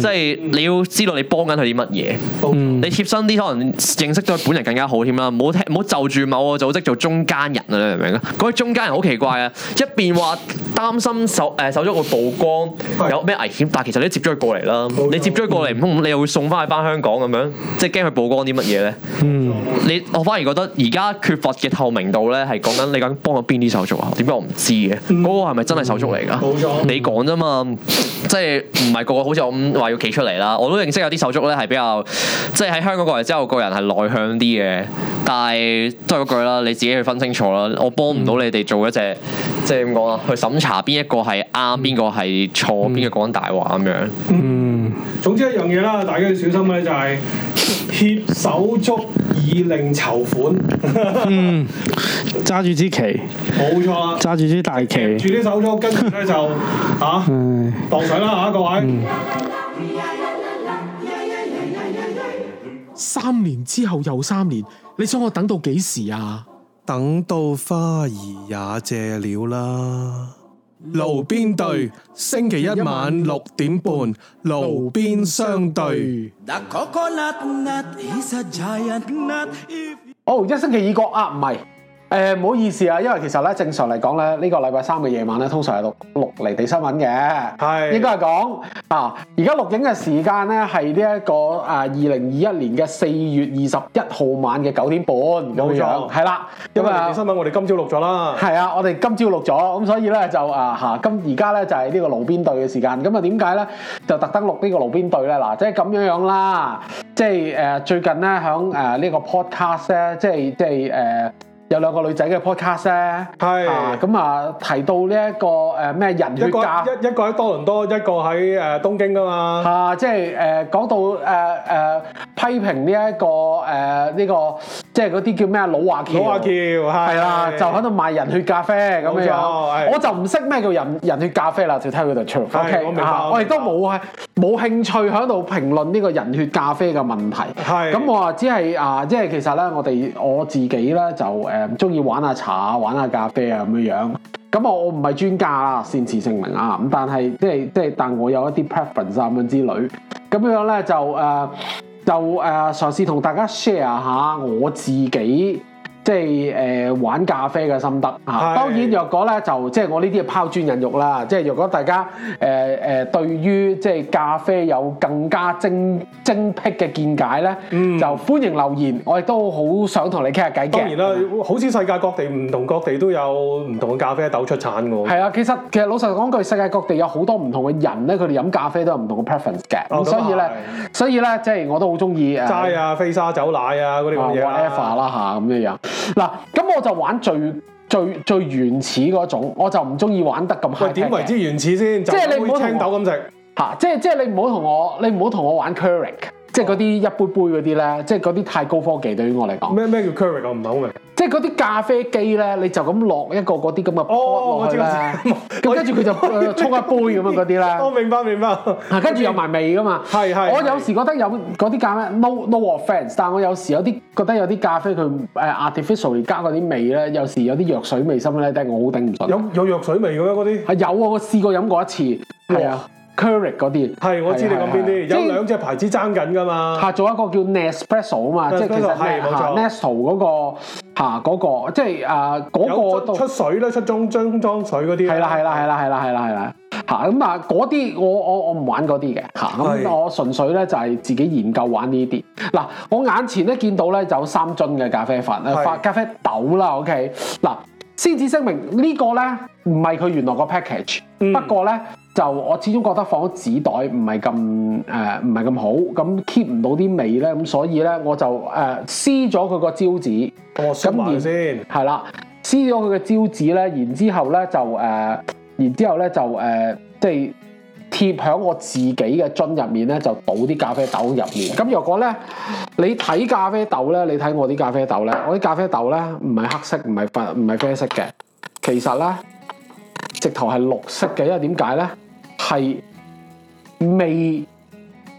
Speaker 5: 即係你要知道你幫緊佢啲乜嘢。你貼身啲，可能認識到佢本人更加好添啦。唔好聽，唔好就住某個組織做中間人啊！你明唔明啊？嗰啲中間人好奇怪啊！一邊話擔心手誒、手足會曝光，
Speaker 4: 係
Speaker 5: 有咩危險，但係其實你都接咗佢過嚟啦。
Speaker 4: 錯
Speaker 5: 你接咗佢過嚟，唔通你又會送翻佢翻香港咁樣？即係驚佢曝光啲乜嘢咧？
Speaker 4: 嗯
Speaker 5: 你我反而覺得而家缺乏嘅透明度咧，係講緊你究竟幫咗邊啲手足啊？點解我唔知嘅？嗰、個係咪真係手足嚟㗎？
Speaker 4: 嗯冇錯
Speaker 5: 你講啫嘛，即係唔係個個好似我咁話要企出嚟啦？我都認識有啲手足咧係比較，即係喺香港過嚟之後，個人係內向啲嘅，但係都係嗰句啦，你自己去分清楚啦。我幫唔到你哋做一隻，即係點講啊？去審查邊一個係啱，
Speaker 4: 嗯
Speaker 5: 邊個係錯，邊個講緊大話咁樣。
Speaker 4: 總之一樣嘢啦，大家要小心咧，就係協手足以令籌款，
Speaker 5: 嗯
Speaker 6: 揸住支旗，
Speaker 4: 冇錯 啦。
Speaker 6: 揸住支大旗，
Speaker 4: 住啲手足，跟住咧就嚇
Speaker 6: 唉，
Speaker 4: 當水啦嚇，各
Speaker 8: 嗯
Speaker 4: 位。
Speaker 1: 三年之後又三年，你想我等到幾時啊？
Speaker 2: 等到花兒也謝了啦。
Speaker 3: 路邊對，星期一晚六點半，路邊相對。
Speaker 7: The coconut nut is a giant nut. If
Speaker 8: 哦，一星期已過啊，唔係。誒唔好意思啊，因為其實咧正常嚟講咧，呢、個禮拜三嘅夜晚咧，通常係錄錄離地新聞嘅，
Speaker 4: 係
Speaker 8: 應該係講啊，而家錄影嘅時間咧係呢一個啊二零二一年嘅四月二十一號晚嘅九點半咁
Speaker 4: 冇
Speaker 8: 樣，
Speaker 4: 錯
Speaker 8: 係啦，
Speaker 4: 因
Speaker 8: 咁
Speaker 4: 為你
Speaker 8: 啊
Speaker 4: 新。聞我哋今朝錄咗啦，
Speaker 8: 係啊，我哋今朝錄咗，咁所以咧就啊嚇，咁而家咧就係呢個路邊隊嘅時間。咁啊點解咧就特登錄呢個路邊隊咧？嗱，即係咁樣樣啦，即係誒、呃最近咧響誒呢個 podcast 咧，即係即係誒。呃有兩個女仔嘅 podcast 咧，
Speaker 4: 係
Speaker 8: 啊咁啊提到呢、一個誒咩、人血
Speaker 4: 一個
Speaker 8: 價
Speaker 4: 一一個喺多倫多，一個喺誒東京噶嘛。
Speaker 8: 啊，即係誒講到誒誒、呃批評呢、一個誒呢、個即係嗰啲叫咩啊老華僑
Speaker 4: 老華僑係
Speaker 8: 係啦，就喺度賣人血咖啡咁樣
Speaker 4: 冇錯
Speaker 8: 樣
Speaker 4: 係，
Speaker 8: 我就唔識咩叫人人血咖啡啦，就聽佢度唱。O
Speaker 4: 係
Speaker 8: K，
Speaker 4: 我明白
Speaker 8: 啊
Speaker 4: 我
Speaker 8: 我亦
Speaker 4: 明白
Speaker 8: 都冇係冇興趣喺度評論呢個人血咖啡嘅問題。
Speaker 4: 係
Speaker 8: 咁我啊，只係啊，即係其實咧，我哋我自己咧就誒中意玩下茶、玩下咖啡啊咁樣樣。咁我我唔係專家啦，先至聲明啊。咁但係即係即係，但我有一啲 preference 啊咁樣之類。咁樣咧就誒、呃就誒、呃、嘗試同大家 share 下我自己。即係誒、呃玩咖啡嘅心得嚇，
Speaker 4: 係
Speaker 8: 當然若果咧就即係我呢啲係拋磚引玉啦，即係若果大家誒誒、呃呃、對於即係咖啡有更加精精辟嘅見解咧，就歡迎留言，我亦都好想同你傾下偈嘅。
Speaker 4: 嗯當然啦，好似世界各地唔同各地都有唔同嘅咖啡豆出產㗎喎。
Speaker 8: 係啊，其實其實老實講句，世界各地有好多唔同嘅人咧，佢哋飲咖啡都有唔同嘅 preference 嘅。咁、
Speaker 4: 哦咁
Speaker 8: 所以咧，所以咧，即係我都好中意誒
Speaker 4: 齋啊、飛沙走奶啊嗰啲
Speaker 8: 啊
Speaker 4: 咁嘅嘢
Speaker 8: whatever
Speaker 4: 啦。
Speaker 8: 啦嚇咁樣樣。嗱，咁我就玩最最最原始嗰種，我就唔中意玩得咁 high
Speaker 4: 喂，點為之原始先？即
Speaker 8: 係你唔好同我
Speaker 4: 青豆咁食。
Speaker 8: 嚇、即係即係你唔好同我，你唔好同我玩 c u r r y 即係嗰啲一杯杯嗰啲咧，即係嗰啲太高科技對於我嚟講，
Speaker 4: 咩咩叫 curry 我唔係好明。
Speaker 8: 即係嗰啲咖啡機咧，你就咁落一個嗰啲咁嘅 pot
Speaker 4: 哦
Speaker 8: 落去咧
Speaker 4: 我，知
Speaker 8: 咁
Speaker 4: 我知
Speaker 8: 跟住佢就 呃沖一杯咁樣嗰 啲啦。
Speaker 4: 我明白明白。
Speaker 8: 啊，跟住有埋味噶嘛。
Speaker 4: 係係
Speaker 8: 我
Speaker 4: 係
Speaker 8: 有時覺得有嗰啲咖啡，no no offence，但我有時有啲覺得有啲咖啡佢誒 artificial 加嗰啲味咧，有時有啲藥水味深咧，但係我好頂唔順。
Speaker 4: 有有藥水味嘅咩嗰啲？
Speaker 8: 係有啊，我試過飲過一次，係啊，Keurig 嗰啲。
Speaker 4: 係我知你講邊啲，有兩隻牌子爭緊㗎嘛。
Speaker 8: 下咗一個叫 Nespresso 啊嘛，即係其
Speaker 4: Nespresso，
Speaker 8: 實
Speaker 4: 係冇錯
Speaker 8: Nestle 嗰個嚇嗰個，即係誒嗰個
Speaker 4: 有
Speaker 8: 都
Speaker 4: 出出水啦，出裝樽裝水嗰啲。啊
Speaker 8: 係啦係啦係。啦係啦係啦係啦嚇咁啊嗰啲我我我唔玩嗰啲嘅嚇
Speaker 2: 係
Speaker 8: 咁我純粹咧就係自己研究玩呢啲嗱我眼前咧見到咧就有三樽嘅咖啡粉
Speaker 4: 係
Speaker 8: 啊咖啡豆啦 OK 嗱先至聲明呢個咧唔係佢原來個 package，、不
Speaker 4: 嗯
Speaker 8: 過咧就我始終覺得放咗紙袋唔係咁誒唔係咁好，咁 keep 唔到啲味咧，咁所以咧我就誒撕咗佢個招紙。
Speaker 4: 我哦縮埋
Speaker 8: 咁而
Speaker 4: 佢先。
Speaker 8: 係啦，撕咗佢嘅招紙咧，然之後咧就誒、呃然之後咧就誒、呃即係貼喺我自己嘅樽入面咧，就倒啲咖啡豆入面。咁若果咧，你睇咖啡豆咧，你睇我啲咖啡豆咧，我啲咖啡豆咧唔係黑色，唔係啡，唔係啡色嘅，其實咧直頭係綠色嘅，因為點解咧係未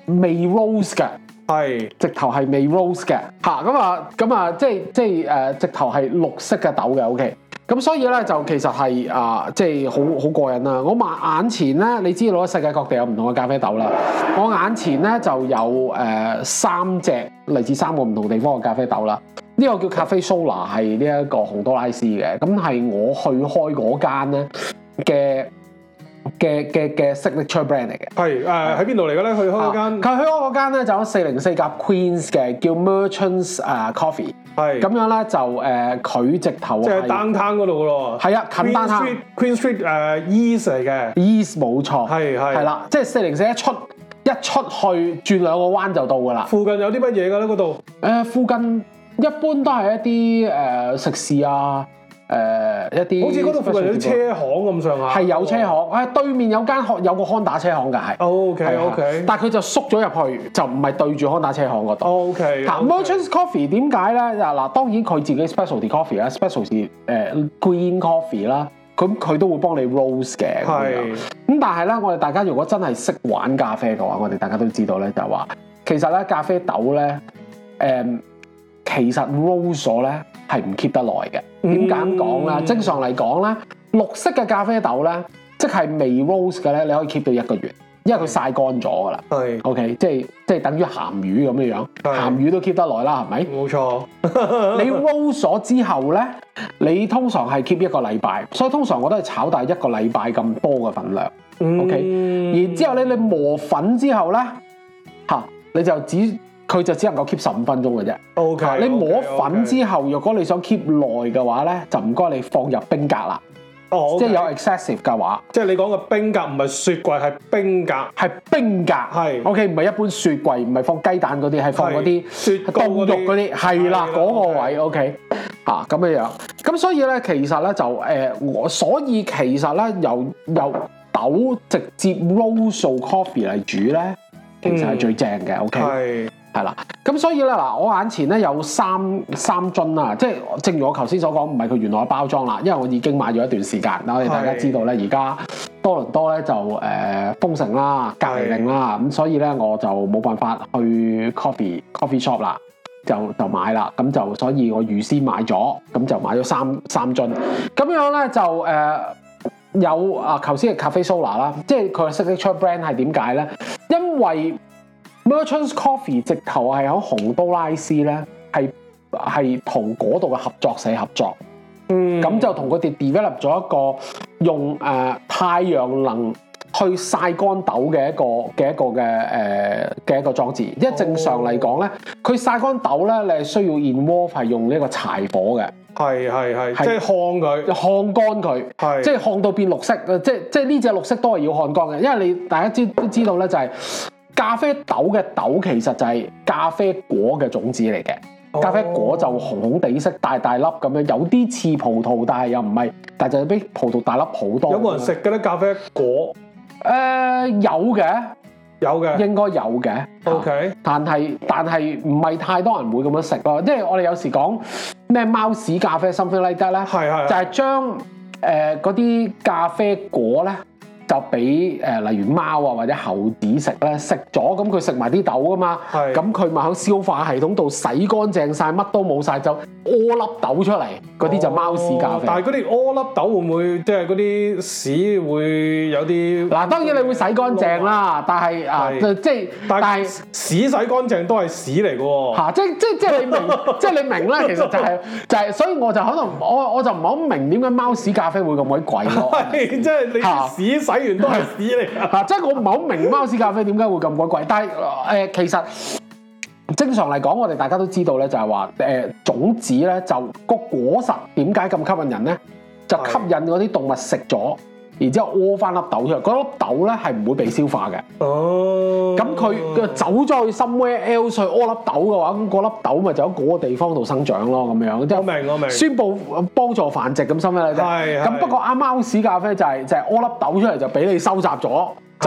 Speaker 8: 未 rose 嘅。
Speaker 4: 係。
Speaker 8: 直頭係未 rose 嘅嚇，咁啊咁啊，即係即係誒、呃直頭係綠色嘅豆嘅，OK。咁所以咧就其實係啊、即係好好過癮啦！我眼眼前咧，你知道啦，世界各地有唔同嘅咖啡豆啦。我眼前咧就有誒、呃三隻嚟自三個唔同地方嘅咖啡豆啦。呢、個叫咖啡 Sola 係呢一個洪都拉斯嘅，咁係我去開嗰間咧嘅嘅嘅嘅 signature brand 嚟嘅。
Speaker 4: 係誒喺邊度嚟嘅咧？去開嗰間
Speaker 8: 啊佢香港嗰間咧就有四零四甲 Queens 嘅，叫 Merchants 誒 Coffee。
Speaker 4: 係
Speaker 8: 咁樣咧就誒佢直頭
Speaker 4: 即係
Speaker 8: 係
Speaker 4: downtown 嗰度嘅咯。
Speaker 8: 係啊近
Speaker 4: Queen
Speaker 8: downtown
Speaker 4: Street Queen Street 誒 East 嚟嘅。
Speaker 8: East 冇錯，
Speaker 4: 係係
Speaker 8: 係啦，即係四零四一出一出去轉兩個彎就到㗎啦。
Speaker 4: 附近有啲乜嘢嘅咧？嗰度
Speaker 8: 誒附近一般都係一啲誒食肆啊，誒一啲
Speaker 4: 好似嗰度附近有啲車行咁上下。
Speaker 8: 係有車行，誒對面有間學有個 Honda 車行㗎係。
Speaker 4: OK，
Speaker 8: 係啊
Speaker 4: OK
Speaker 8: 但係佢就縮咗入去，就唔係對住 Honda 車行嗰度。
Speaker 4: O
Speaker 3: 啊
Speaker 4: K。
Speaker 8: 嗱 Merchants Coffee 點解咧？嗱嗱，當然佢自己 specialty coffee 啦，specialty 誒 green coffee 啦，咁佢都會幫你 roast 嘅咁樣
Speaker 4: 係。
Speaker 8: 咁但係咧，我哋大家如果真係識玩咖啡嘅話，我哋大家都知道咧，就係話其實咧咖啡豆咧，誒、其實 roast 咗咧係唔 keep 得耐嘅。點解咁講咧？正常嚟講咧，綠色嘅咖啡豆咧，即係未 roast 嘅咧，你可以 keep 到一個月，因為佢曬乾咗㗎啦。
Speaker 4: 係
Speaker 8: OK，即係即係等於鹹魚咁樣樣，
Speaker 4: 係
Speaker 8: 鹹魚都 keep 得耐啦，係咪？
Speaker 4: 冇錯。
Speaker 8: 你 roll 咗之後咧，你通常係 keep 一個禮拜，所以通常我都係炒大一個禮拜咁多嘅份量。OK，然之後咧，你磨粉之後咧，嚇你就只佢就只能夠 keep 十五分鐘嘅啫。
Speaker 4: O K。
Speaker 8: 你磨粉之後，若果你想 keep 耐嘅話咧，就唔該你放入冰格啦，
Speaker 4: 哦，
Speaker 8: 即係有
Speaker 4: 有
Speaker 8: excessive 嘅話。
Speaker 4: 即係你講嘅冰格唔係雪櫃，係冰格。
Speaker 8: 係冰格，
Speaker 4: 係
Speaker 8: OK，唔係一般雪櫃，唔係放雞蛋嗰啲，係放嗰啲
Speaker 4: 係雪糕
Speaker 8: 凍
Speaker 4: 嗰啲
Speaker 8: 肉嗰啲，
Speaker 4: 係
Speaker 8: 係啦
Speaker 4: 啦
Speaker 8: 嗰個位，OK，啊咁樣樣，咁所以咧，其實咧就誒、呃我所以其實咧由由豆直接 roll 做 coffee 嚟煮咧，其實係最正嘅，OK。
Speaker 4: 係
Speaker 8: 係啦，咁所以咧嗱，我眼前咧有三三樽啦，即係正如我頭先所講，唔係佢原來嘅包裝啦，因為我已經買咗一段時間。嗱，我哋大家知道咧，而家多倫多咧就誒、呃封城啦、隔離令啦，咁所以咧我就冇辦法去 coffee coffee shop 啦。就就買啦，咁就所以我預先買咗，咁就買咗三三樽，咁樣咧就誒、呃有啊，頭先嘅咖啡 Sola 啦，即係佢嘅 signature brand 係點解咧？因為 Merchants Coffee 直頭係喺洪都拉斯咧，係係同嗰度嘅合作社合作，嗯，咁就同佢哋 develop 咗一個用誒、呃太陽能去曬乾豆嘅一個嘅一個嘅誒嘅一個裝置，因為正常嚟講咧，佢曬乾豆咧，你係需要 involve 係用呢個柴火嘅，
Speaker 4: 係係係，
Speaker 8: 係
Speaker 4: 即係烘佢。
Speaker 8: 烘乾佢。
Speaker 4: 係
Speaker 8: 即係烘到變綠色，呃即係即係呢只綠色都係要烘乾嘅，因為你大家知都知道咧，就係、咖啡豆嘅豆其實就係咖啡果嘅種子嚟
Speaker 4: 哦
Speaker 8: 嘅，咖啡果就紅紅地色，大大粒咁樣，有啲似葡萄，但係又唔係，但係就比葡萄大粒好多。呃
Speaker 4: 有冇人食嘅咧？咖啡果
Speaker 8: 誒、有嘅，
Speaker 4: 有嘅
Speaker 8: 應該有嘅。
Speaker 4: ，OK，
Speaker 8: 但係但係唔係太多人會咁樣食咯，即係我哋有時講咩貓屎咖啡 something like that 咧，
Speaker 4: 係係係
Speaker 8: 就係將誒嗰啲咖啡果咧就俾誒、例如貓啊或者猴子食咧，食咗咁佢食埋啲豆噶嘛，
Speaker 4: 係
Speaker 8: 咁佢咪喺消化系統度洗乾淨晒，乜都冇晒，就屙粒豆出嚟，嗰啲就貓屎咖
Speaker 4: 哦
Speaker 8: 啡。
Speaker 4: 但係嗰啲屙粒豆會唔會即係嗰啲屎會有啲？
Speaker 8: 嗱，當然你會洗乾淨啦，但係啊，
Speaker 4: 係
Speaker 8: 即即係
Speaker 4: 但
Speaker 8: 但
Speaker 4: 係
Speaker 8: 係。
Speaker 4: 屎洗乾淨都係屎嚟嘅 喎。
Speaker 8: 嚇！即即即係你明，即係你明啦。其實就係、就係、所以我就可能我我就唔係好明點解貓屎咖啡會咁鬼 貴咯。
Speaker 4: 係，即係你
Speaker 8: 嚇
Speaker 4: 啲屎洗完都係屎嚟㗎。
Speaker 8: 嗱，即係我唔係好明貓屎咖啡點解會咁鬼貴，但係誒、呃其實正常嚟講，我哋大家都知道咧，就係話誒種子咧就個果實點解咁吸引人咧？就吸引嗰啲動物食咗，然之後屙翻粒豆出嚟，嗰粒豆咧係唔會被消化嘅。
Speaker 4: 哦，
Speaker 8: 咁佢嘅走咗去 somewhere else 去屙粒豆嘅話，咁嗰粒豆咪就喺嗰個地方度生長咯，咁樣即係
Speaker 4: 我明我明
Speaker 8: 宣佈幫助繁殖咁，心啦啫。
Speaker 4: 係係
Speaker 8: 咁不過啱貓屎咖啡就係、就係屙粒豆出嚟就俾你收集咗，就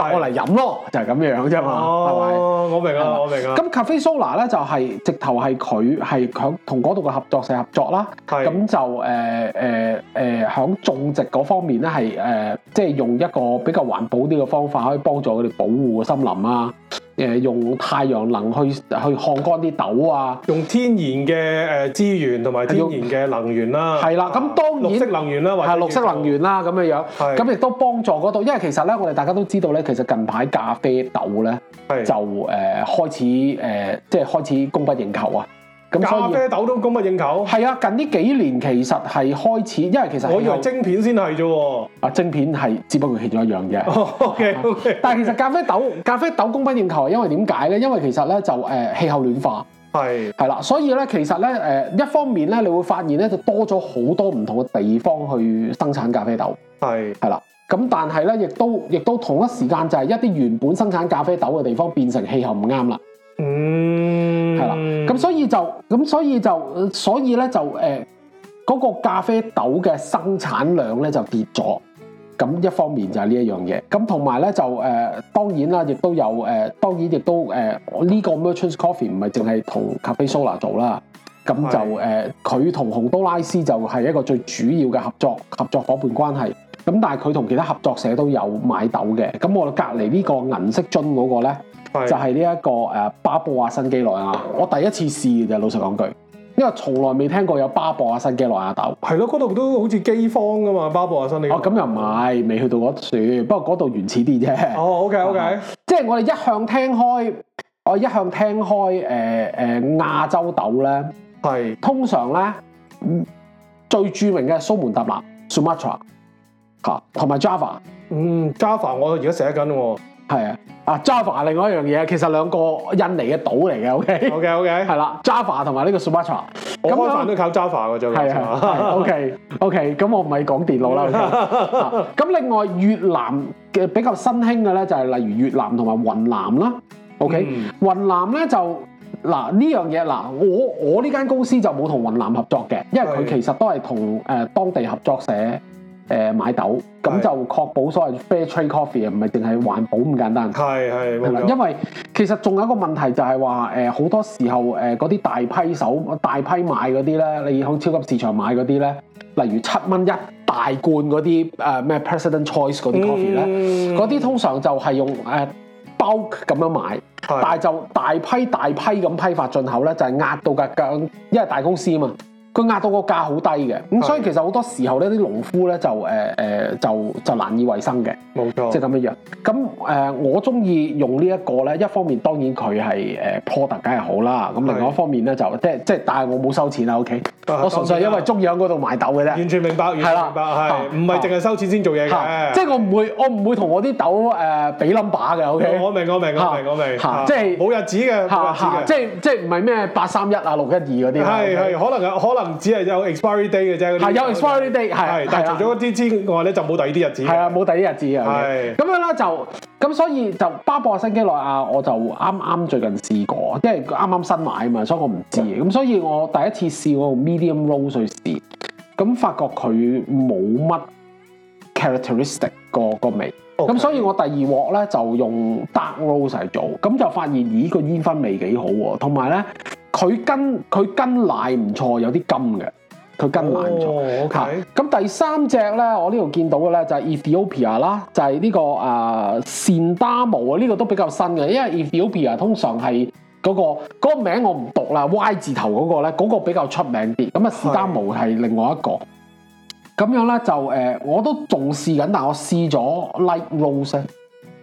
Speaker 8: 我
Speaker 4: 係
Speaker 8: 嚟飲咯，就係、咁樣啊啫嘛，係咪、
Speaker 4: 哦，我明
Speaker 8: 係啊
Speaker 4: 啦，
Speaker 8: 啦
Speaker 4: 我明啦。
Speaker 8: 咁 Cafe Sola 咧就係、直頭係佢係響同嗰度嘅合作社合作啦，
Speaker 4: 係
Speaker 8: 咁就呃誒誒誒呃響種植嗰方面咧係誒即係用一個比較環保啲嘅方法，可以幫助佢哋保護個森林啊，誒、用太陽能去去烘乾啲豆啊。
Speaker 4: 用天然嘅誒資源同埋天然嘅能源啦，
Speaker 8: 係啦，咁當然
Speaker 4: 綠色能源啦，或者
Speaker 8: 係綠色能源啦，咁樣
Speaker 4: 係
Speaker 8: 樣，咁亦都幫助嗰度，因為其實咧，我哋大家都知道咧，其實近排咖啡豆咧
Speaker 4: 係
Speaker 8: 就誒、呃、開始誒、呃即係開始供不應求啊，咁所
Speaker 4: 咖
Speaker 8: 以。
Speaker 4: 啡豆都供不應求。
Speaker 8: 係啊，近呢幾年其實係開始，因為其實
Speaker 4: 我以
Speaker 8: 氣候
Speaker 4: 為晶片先係啫喎。哦
Speaker 8: 啊晶片係只不過其中一樣啫。
Speaker 4: OK OK，
Speaker 8: 但係其實咖啡豆咖啡豆供不應求，因為點解咧？因為其實咧就誒、呃、氣候暖化
Speaker 4: 係
Speaker 8: 係啦，所以咧其實咧誒、呃一方面咧，你會發現咧就多咗好多唔同嘅地方去生產咖啡豆
Speaker 4: 係
Speaker 8: 係啦。咁但係咧，亦都亦都同一時間就係一啲原本生產咖啡豆嘅地方變成氣候唔啱啦。
Speaker 4: 嗯
Speaker 8: 係啦，咁所以就咁所以就呃所以咧就呃誒嗰、個咖啡豆嘅生產量咧就跌咗，咁一方面就係呢一樣嘢，咁同埋咧就誒、呃、當然啦，亦都有誒、呃、當然亦都誒呃呢、個 Merchant Coffee 唔係淨係同 Cafe Sola 做啦。咁就誒，佢同洪都拉斯就係一個最主要嘅合作合作伙伴關係。咁但係佢同其他合作社都有買豆嘅。咁我隔離呢個銀色樽嗰個咧，就
Speaker 4: 係
Speaker 8: 係呢一個誒巴布亞新幾內亞，我第一次試嘅啫，老實講句，因為從來未聽過有巴布亞新幾內亞豆。
Speaker 4: 係咯，嗰度都好似饑荒噶嘛，巴啊布亞新呢個
Speaker 8: 哦，咁又唔係，未去到嗰處，不過嗰度原始啲啫。
Speaker 4: 哦，OK OK，
Speaker 8: 即係我哋一向聽開，我一向聽開誒誒、亞洲豆咧，
Speaker 4: 係
Speaker 8: 通常咧嗯最著名嘅係蘇門答臘 （Sumatra） 嚇，同埋 Java。
Speaker 4: 嗯，Java 我而家寫緊喎。
Speaker 8: 係啊，啊 Java 另外一樣嘢，其實兩個印尼嘅島嚟嘅，OK，
Speaker 3: 哦
Speaker 4: OK OK，
Speaker 8: 係啦，Java 同埋呢個 Sumatra，
Speaker 4: 我開
Speaker 8: 樣
Speaker 4: 飯都靠 Java 㗎啫。
Speaker 8: 係啊係，OK OK，咁我唔係講電腦啦，OK 啊。 咁另外越南嘅比較新興嘅咧，就係例如越南同埋雲南啦，OK，
Speaker 4: 嗯
Speaker 8: 雲南咧就嗱呢樣嘢嗱，我我呢間公司就冇同雲南合作嘅，因為
Speaker 4: 係
Speaker 8: 佢其實都係同誒當地合作社。誒買豆，
Speaker 4: 係
Speaker 8: 咁就確保所謂 fair trade coffee 啊，唔係淨係環保咁簡單。
Speaker 4: 係 係
Speaker 8: 係
Speaker 4: 冇
Speaker 8: 啦，
Speaker 4: 錯
Speaker 8: 因為其實仲有一個問題就係話誒，好、多時候誒嗰啲大批手大批買嗰啲咧，你喺超級市場買嗰啲咧，例如七蚊一大罐嗰啲誒咩 President Choice 嗰啲 coffee 咧，
Speaker 4: 嗯
Speaker 8: 嗰啲、通常就係用誒、bulk 咁樣買，但係就大批大批咁批發進口咧，就係、壓到價價，因為大公司啊嘛。佢壓到個價好低嘅，咁所以其實好多時候呢啲農夫咧就誒誒、就就難以為生嘅。
Speaker 4: 冇錯，
Speaker 8: 即係咁樣樣。咁誒、呃我中意用呢一個咧，一方面當然佢係誒 product 梗係好啦，咁另外一方面咧就即係即係，但係我冇收錢啦，OK，
Speaker 4: 啊
Speaker 8: 我純粹係因為中意喺嗰度買豆嘅啫。
Speaker 4: 完全明白，完全
Speaker 8: 係啦
Speaker 4: 明白，係
Speaker 8: 啊
Speaker 4: 唔係淨係收錢先做嘢
Speaker 8: 嚇
Speaker 4: 嘅？
Speaker 8: 即係我唔會，我唔會同我啲豆誒俾 number 嘅，OK
Speaker 4: 哦我。明我明我
Speaker 8: 嚇
Speaker 4: 明我明，嚇
Speaker 8: 嚇即係
Speaker 4: 冇日子嘅，冇日子
Speaker 8: 嚇嚇
Speaker 4: 嘅，
Speaker 8: 啊即係啊即係唔係咩八三一啊六一二嗰啲啦
Speaker 4: 係
Speaker 8: OK？
Speaker 4: 係可能啊可能只係有 expiry day 嘅啫，嗰啲
Speaker 8: 啊係有 expiry day，係
Speaker 4: 係但
Speaker 8: 係
Speaker 4: 係
Speaker 8: 啦
Speaker 4: 除咗嗰啲之外咧，就冇第二啲日子嘅。
Speaker 8: 係啊，冇第啲日子嘅。
Speaker 4: 係
Speaker 8: OK 咁樣啦，就咁所以就巴布亞新幾內亞，我就啱啱最近試過，因為佢啱啱新買啊嘛，所以我唔知。
Speaker 4: 嗯
Speaker 8: 咁所以我第一次試我用 medium roll 去試，咁發覺佢冇乜 characteristic 個個味，咁所以我第二鑊咧就用 dark roast 嚟做，咁就發現咦個煙燻味幾好喎，同埋咧佢跟佢跟奶唔錯，有啲金嘅，佢跟奶唔錯。
Speaker 4: 哦，OK
Speaker 8: 嚇咁第三隻咧，我呢度見到嘅咧就係 Ethiopia 啦，就係呢個誒善達姆啊，呢個都比較新嘅，因為 Ethiopia 通常係嗰個嗰個名我唔讀啦，Y 字頭嗰個咧，嗰個比較出名啲。咁啊，善達姆係另外一個。咁樣咧就誒、呃我都仲試緊，但我試咗 Light Rose 咧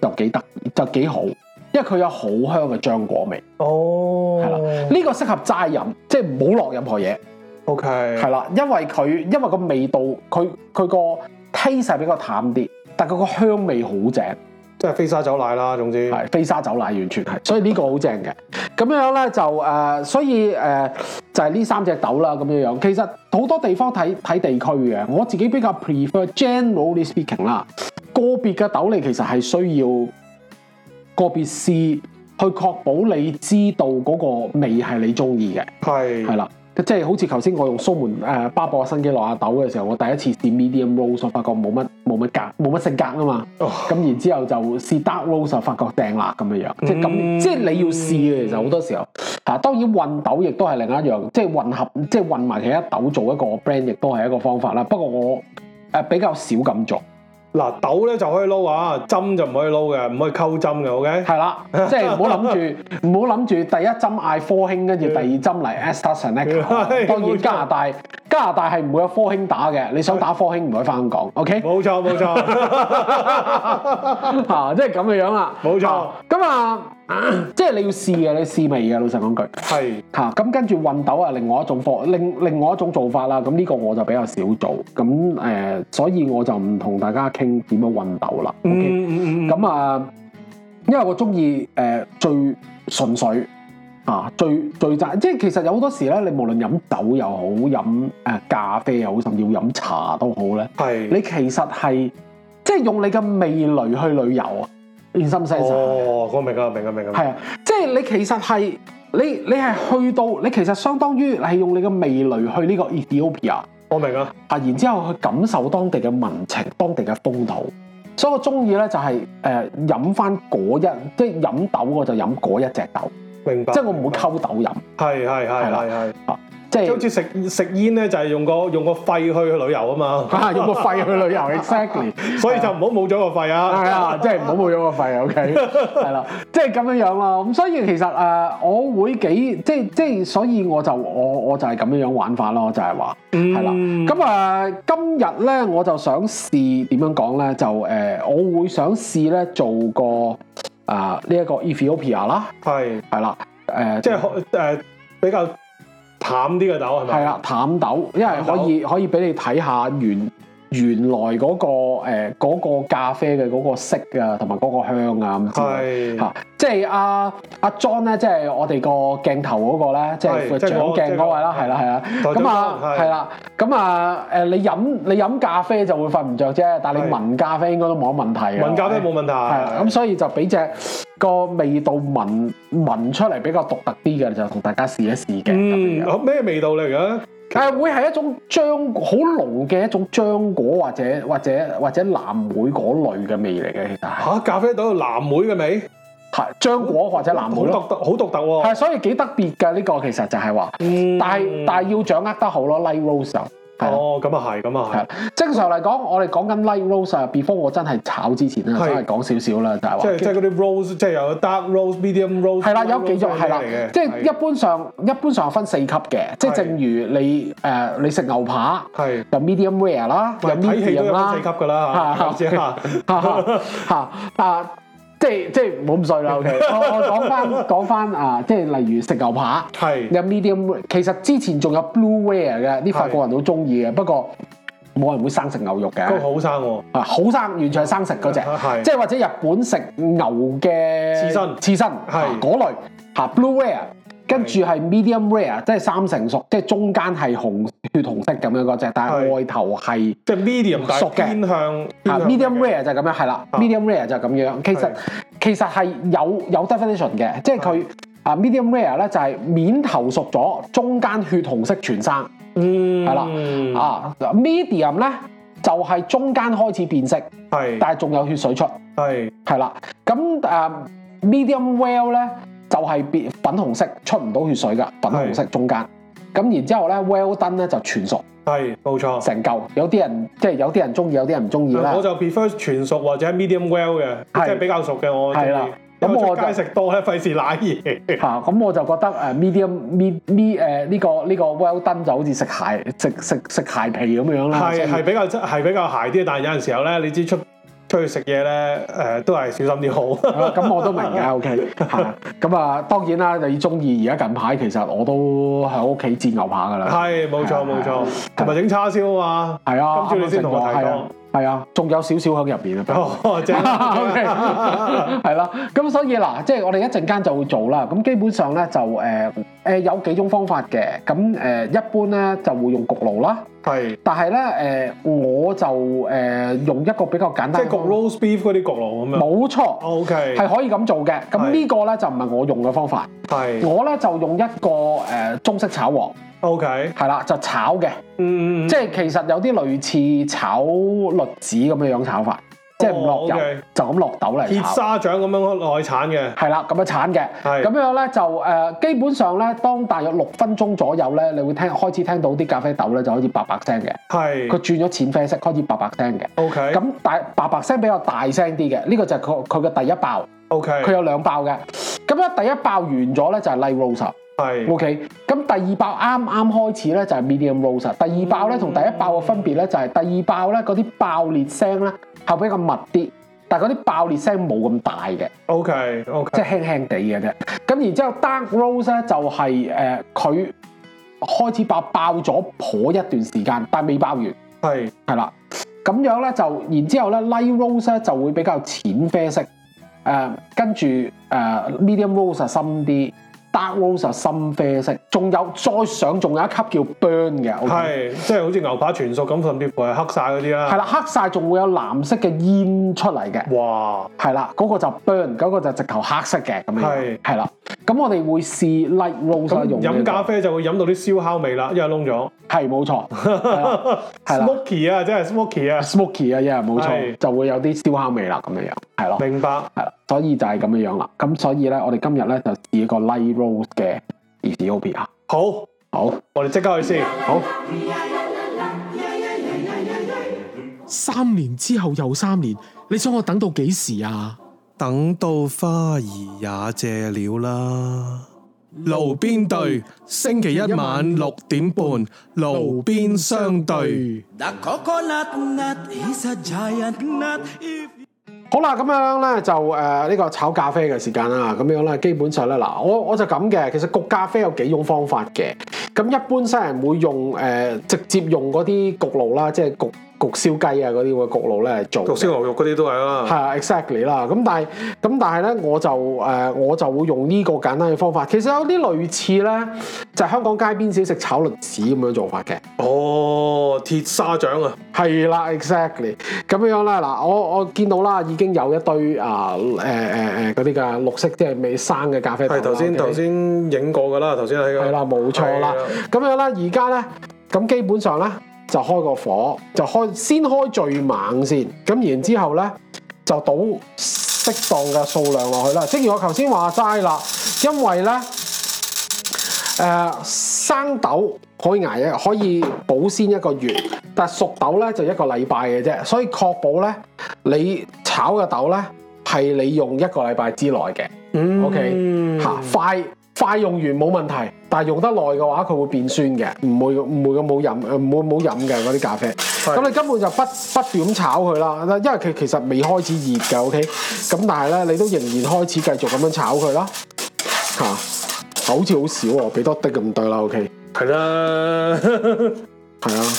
Speaker 8: 就幾得，就幾好，因為佢有好香嘅漿果味，
Speaker 4: 哦，
Speaker 8: 係啦，呢、個適合齋飲，即係唔好落任何嘢，
Speaker 4: o k
Speaker 8: 係啦，因為佢因為個味道，佢佢個 taste 係比較淡啲，但佢個香味好正，
Speaker 4: 即係飛沙走奶啦，總之。
Speaker 8: 係飛沙走奶完全係，所以呢個好正嘅。咁樣咧就誒、呃所以誒、呃就係、呢三隻豆啦，咁樣樣。其實好多地方睇睇地區嘅，我自己比較 prefer generally speaking 啦，個別嘅豆你其實係需要個別試去確保你知道嗰個味係你中意嘅。
Speaker 4: 係
Speaker 8: 係啦，即係好似頭先我用蘇門誒、呃巴博新基羅亞豆嘅時候，我第一次試 medium roast，我發覺冇乜冇乜格冇乜性格啊嘛。
Speaker 4: 哦
Speaker 8: 咁、然之後就試 dark roast 就發覺正啦咁樣樣，即係咁、
Speaker 4: 嗯
Speaker 8: 即係你要試嘅，其實好多時候嚇、啊。當然混豆亦都係另一樣，即係混合即係混埋其他豆做一個 brand，亦都係一個方法啦。不過我誒、呃比較少咁做，
Speaker 4: 嗱，豆咧就可以撈啊，針就唔可以撈嘅，唔可以溝針嘅，OK？
Speaker 8: 係啦，即係唔好諗 住，唔好諗住第一針嗌科興，跟住第二針嚟 AstraZeneca。
Speaker 4: 嗯 係
Speaker 8: 當
Speaker 4: 冇錯
Speaker 8: 然加拿大加拿大係唔會有科興打嘅，你想打科興唔可以翻香港，OK？
Speaker 4: 冇錯冇錯，
Speaker 8: 啊，即係咁嘅樣啦，
Speaker 4: 冇錯
Speaker 8: 啊咁啊， 即係你要試嘅，你試味嘅，老實講句。
Speaker 4: 係
Speaker 8: 嚇，咁跟住運豆啊，另外一種貨，另另外一種做法啦。咁呢個我就比較少做，咁誒、呃所以我就唔同大家傾點樣運豆啦。OK？
Speaker 4: 嗯嗯嗯
Speaker 8: 咁啊，因為我中意誒最純粹啊，最最讚，即係其實有好多時咧，你無論飲酒又好，飲誒、呃咖啡又好，甚至要飲茶都好咧，
Speaker 4: 係
Speaker 8: 你其實係即係用你嘅味蕾去旅遊啊，連心西晒。
Speaker 4: 哦，我明啊明啊明啊，
Speaker 8: 係啊，即係你其實係你你係去到你其實相當於你係用你嘅味蕾去呢個 Ethiopia。
Speaker 4: 我明啊，
Speaker 8: 啊，然之後去感受當地嘅民情、當地嘅風土。所以我中意咧就係誒飲翻嗰一，即係飲豆我就飲嗰一隻豆，
Speaker 4: 明白。
Speaker 8: 即係我唔會溝豆飲，
Speaker 4: 係係係
Speaker 8: 係啦
Speaker 4: 係係，即
Speaker 8: 即
Speaker 4: 係好
Speaker 8: 係
Speaker 4: 似食食煙咧，就係用個用個肺去旅遊啊嘛，
Speaker 8: 啊用個肺去旅遊，exactly。
Speaker 4: 所以就唔好冇咗個肺啊。
Speaker 8: 係啊，即係唔好冇咗個肺，OK，係啦，即係咁樣樣啦。咁所以其實誒、呃我會幾即係即係，所以我就我我就係咁樣樣玩法咯，就係話係啦。咁啊、呃今日咧我就想試點樣講咧，就誒、呃我會想試咧做個啊呢一個 Ethiopia 啦，
Speaker 4: 係
Speaker 8: 係啦，誒、
Speaker 4: 即係誒比較淡啲嘅豆係咪？
Speaker 8: 係啊啦，，淡豆，因為可以可以俾你睇下原原來嗰、個誒嗰、個咖啡嘅嗰個色啊，同埋嗰個香啊咁之類。
Speaker 4: 係
Speaker 8: 嚇，即係阿阿 John 咧，即係我哋個鏡頭嗰個咧，即
Speaker 4: 係
Speaker 8: 係
Speaker 4: 即係
Speaker 8: 掌
Speaker 4: 我即
Speaker 8: 鏡嗰位啦，係
Speaker 4: 係我
Speaker 8: 啦係啦。
Speaker 4: 台長
Speaker 8: 咁啊
Speaker 4: John，係
Speaker 8: 係啦，咁啊誒，你飲你飲咖啡就會瞓唔着啫，但係你
Speaker 4: 係
Speaker 8: 聞咖啡應該都冇乜問題嘅。
Speaker 4: 聞咖啡冇問題。嗯
Speaker 8: 係啦，咁所以就俾隻個味道聞聞出嚟比較獨特啲嘅，就同大家試一試嘅。咁
Speaker 4: 嗯，
Speaker 8: 樣
Speaker 4: 好咩味道嚟嘅？
Speaker 8: 誒會係一種漿好濃嘅一種漿果或者或者或者藍莓嗰類嘅味嚟嘅，其實係
Speaker 4: 嚇，咖啡豆有藍莓嘅味，
Speaker 8: 係漿果或者藍莓
Speaker 4: 好
Speaker 8: 咯，
Speaker 4: 獨特，好獨特喎。
Speaker 8: 係所以幾特別㗎呢個其實就係話，
Speaker 4: 嗯
Speaker 8: 但係但係要掌握得好咯，light rose 就係啦
Speaker 4: 哦，咁啊係，咁啊
Speaker 8: 係
Speaker 4: 係
Speaker 8: 啦。正常嚟講，我哋講緊 light rose 啊，before 我真係炒之前啊，
Speaker 4: 係
Speaker 8: 真係講少少啦，就係話
Speaker 4: 即係即係嗰啲 rose，即係有 dark rose、medium rose，
Speaker 8: 係啦，有幾種
Speaker 4: light rose
Speaker 8: 係啦
Speaker 4: 咩嚟嘅，
Speaker 8: 即係一
Speaker 4: 係
Speaker 8: 般上一般上分四級嘅，即係
Speaker 4: 係
Speaker 8: 正如你誒你食牛扒
Speaker 4: 係
Speaker 8: 有 medium rare 啦，有
Speaker 4: 喂睇戲都
Speaker 8: medium
Speaker 4: 有
Speaker 8: 啦
Speaker 4: 分四。級㗎 啦，
Speaker 8: 嚇
Speaker 4: 我知啊。
Speaker 8: 哈哈哈啊！即係即係冇咁衰啦，OK 我。我講翻講翻啊，即係例如食牛扒，
Speaker 4: 係
Speaker 8: 有 medium rare，其實之前仲有 blue rare 嘅，啲法國人好中意嘅，不過冇人會生食牛肉嘅。
Speaker 4: 都好生喎。
Speaker 8: 啊，好生完全係生食嗰只
Speaker 4: 係，
Speaker 8: 即係或者日本食牛嘅
Speaker 4: 刺身
Speaker 8: 刺身啊
Speaker 4: 係
Speaker 8: 嗰類嚇 blue rare，跟住係 medium rare，即係三成熟，即係中間係紅血紅色咁樣嗰只，但係
Speaker 4: 係
Speaker 8: 外頭係。
Speaker 4: 即係 medium 但
Speaker 8: 熟
Speaker 4: 係
Speaker 8: 嘅
Speaker 4: 偏向
Speaker 8: 啊
Speaker 4: 偏向嘅
Speaker 8: ，medium rare 就係咁樣，係啦
Speaker 4: 嗯啊
Speaker 8: ，medium rare 就係咁樣。其實
Speaker 4: 係
Speaker 8: 其實係有有 definition 嘅，即係佢啊 medium rare 咧就係面頭熟咗，中間血紅色全生啊
Speaker 4: 嗯
Speaker 8: 係啦。啊，medium 咧就係中間開始變色，
Speaker 4: 係
Speaker 8: 但係仲有血水出。
Speaker 4: 係
Speaker 8: 係啦，咁誒、呃 medium well 咧就係、變粉紅色，出唔到血水噶，粉紅色中間。咁然之後咧，well done 咧就全熟
Speaker 4: 係冇錯。
Speaker 8: 成嚿，有啲人即係有啲人中意，有啲人唔中意啦
Speaker 4: 我。就 prefer 全熟或者 medium well 嘅，
Speaker 8: 係
Speaker 4: 即係比較熟嘅我中意
Speaker 8: 係啦。
Speaker 4: 因為
Speaker 8: 咁我
Speaker 4: 出街
Speaker 8: 就
Speaker 4: 食多咧， 費事賴嘢。
Speaker 8: 嚇，啊咁、我就覺得誒 medium me me 誒、呢個呢、個 well done 就好似食蟹食食食蟹皮咁樣啦。所
Speaker 4: 係
Speaker 8: 以
Speaker 4: 係比較係比較鞋啲，但係有陣時候咧，你知出出去食嘢咧，誒都係小心啲好。
Speaker 8: 啊咁我都明嘅，OK 係啦咁啊，當然啦，你中意而家近排其實我都喺屋企煎牛扒噶啦，
Speaker 4: 係冇錯冇錯，同埋整叉燒啊
Speaker 8: 啊係啊，
Speaker 4: 今朝你
Speaker 8: 啱
Speaker 4: 先
Speaker 8: 啱食
Speaker 4: 同我
Speaker 8: 過，
Speaker 4: 提
Speaker 8: 係
Speaker 4: 過
Speaker 8: 啊，係啊，仲有少少喺 入邊啊
Speaker 4: 嘛。。哦，正啊正啊
Speaker 8: O K，係啦，咁所以嗱，即係我哋一陣間就會做啦。咁基本上咧就誒誒、呃有幾種方法嘅，咁誒、呃一般咧就會用焗爐啦，
Speaker 4: 係
Speaker 8: 但係咧誒我就誒、呃用一個比較簡單
Speaker 4: 即
Speaker 8: 嘅
Speaker 4: 係焗 roast beef 嗰啲焗爐咁樣。
Speaker 8: 冇錯，
Speaker 4: O K，
Speaker 8: 係可以咁做嘅。咁
Speaker 4: 係
Speaker 8: 呢個咧就唔係我用嘅方法。
Speaker 4: 係
Speaker 8: 我咧就用一個誒、呃中式炒鑊，
Speaker 4: O K，
Speaker 8: 係啦，就炒嘅，
Speaker 4: 嗯嗯，嗯
Speaker 8: 即係其實有啲類似炒栗子咁樣樣炒法，即係唔落
Speaker 4: 哦
Speaker 8: 油，
Speaker 4: ，OK
Speaker 8: 就咁落豆嚟
Speaker 4: 鐵
Speaker 8: 炒，
Speaker 4: 砂掌咁樣內產嘅。
Speaker 8: 係啦，咁樣鏟嘅，
Speaker 4: 係
Speaker 8: 咁樣咧就誒、呃基本上咧，當大約六分鐘左右咧，你會聽開始聽到啲咖啡豆咧就開始白白聲嘅，
Speaker 4: 係
Speaker 8: 佢轉咗淺啡色，開始白白聲嘅。
Speaker 4: ，O K，
Speaker 8: 咁但係白白聲比較大聲啲嘅，呢、個就係佢佢嘅第一爆，
Speaker 4: O K，
Speaker 8: 佢有兩爆嘅。咁咧第一爆完咗咧就係 light roast。
Speaker 4: 係
Speaker 8: O K，咁第二爆啱啱開始咧就係 medium roast，第二爆咧同第一爆嘅分別咧就係第二爆咧嗰啲爆裂聲咧係比較密啲，但係嗰啲爆裂聲冇咁大嘅，
Speaker 4: O K O K，
Speaker 8: 即係輕輕地嘅啫。咁然之後 dark roast 咧就係誒佢開始爆爆咗頗一段時間，但係未爆完，
Speaker 4: 係
Speaker 8: 係啦。咁樣咧就然之後咧 light roast 咧就會比較淺啡色，誒、呃跟住誒 medium roast 就深啲。dark roast 就深啡色，仲有再上仲有一級叫 burn 嘅，OK，
Speaker 4: 係，即係好似牛扒全熟咁，甚至乎係黑晒嗰啲啦。
Speaker 8: 係啦，黑晒仲會有藍色嘅煙出嚟嘅，
Speaker 4: 哇，
Speaker 8: 係啦，嗰、個就 burn，嗰個就直頭黑色嘅咁
Speaker 4: 係
Speaker 8: 樣，係啦，咁我哋會試 light roast 啦
Speaker 4: 咁
Speaker 8: 用呢個
Speaker 4: 飲咖啡就會飲到啲燒烤味啦，因為燶咗。
Speaker 8: 係冇錯，係啦 係啦
Speaker 4: Smoky 啊，真係 Smoky 啊，
Speaker 8: smoky 啊，因為冇
Speaker 4: 係
Speaker 8: 錯，就會有啲燒烤味啦咁樣樣，係咯，
Speaker 4: 明白。
Speaker 8: 係啦，所以就係咁樣樣啦，咁所以咧我哋今日咧就試一個 light roast 嘅 Ethiopia，
Speaker 4: 好，
Speaker 8: 啊好，
Speaker 4: 我哋即刻去先。
Speaker 8: 好。
Speaker 1: 三年之後又三年，你想我等到幾時啊？
Speaker 2: 等到花兒也謝了啦。
Speaker 3: 爐邊對，星期一晚六點半，爐邊相對。
Speaker 7: The coconut nut is a giant nut. If
Speaker 8: 好啦，咁樣咧就呃誒呢、個炒咖啡嘅時間啦，咁樣咧基本上咧嗱，我我就咁嘅，其實焗咖啡有幾種方法嘅，咁一般西人會用誒、呃直接用嗰啲焗爐啦，即係焗焗燒雞啊嗰啲嘅焗爐咧嚟做嘅。
Speaker 4: 牛肉嗰啲都係啦。
Speaker 8: 係啊，exactly 啦。咁但係咁但係咧，我就誒、呃我就會用呢個簡單嘅方法。其實有啲類似咧，就係香港街邊小食炒栗子咁樣做法嘅。
Speaker 4: 哦，鐵砂掌啊，
Speaker 8: 係啦，exactly 咁樣啦。嗱，我我見到啦，已經有一堆啊誒誒誒嗰啲嘅綠色，即係未生嘅咖啡豆啦。
Speaker 4: 係頭先
Speaker 8: OK？
Speaker 4: 頭先影過㗎啦，頭先喺個
Speaker 8: 係啦，冇錯啦
Speaker 4: 係啊。
Speaker 8: 咁樣啦，而家咧，咁基本上咧就開個火，就開先開最猛先，咁然之後咧就倒適當嘅數量落去啦。正如我頭先話齋啦，因為咧誒、呃生豆可以捱一可以保鮮一個月，但係熟豆咧就一個禮拜嘅啫，所以確保咧你炒嘅豆咧係你用一個禮拜之內嘅。
Speaker 4: 嗯
Speaker 8: OK，嚇、快快用完冇問題，但係用得耐嘅話，佢會變酸嘅，唔會唔會咁冇飲，誒唔會冇飲嘅嗰啲咖啡。咁你根本就不不斷咁炒佢啦，因為佢其實未開始熱嘅，OK。咁但係咧，你都仍然開始繼續咁樣炒佢啦，嚇、好似好少喎，俾多滴咁對啦，OK。
Speaker 4: 係啦，
Speaker 8: 係啊，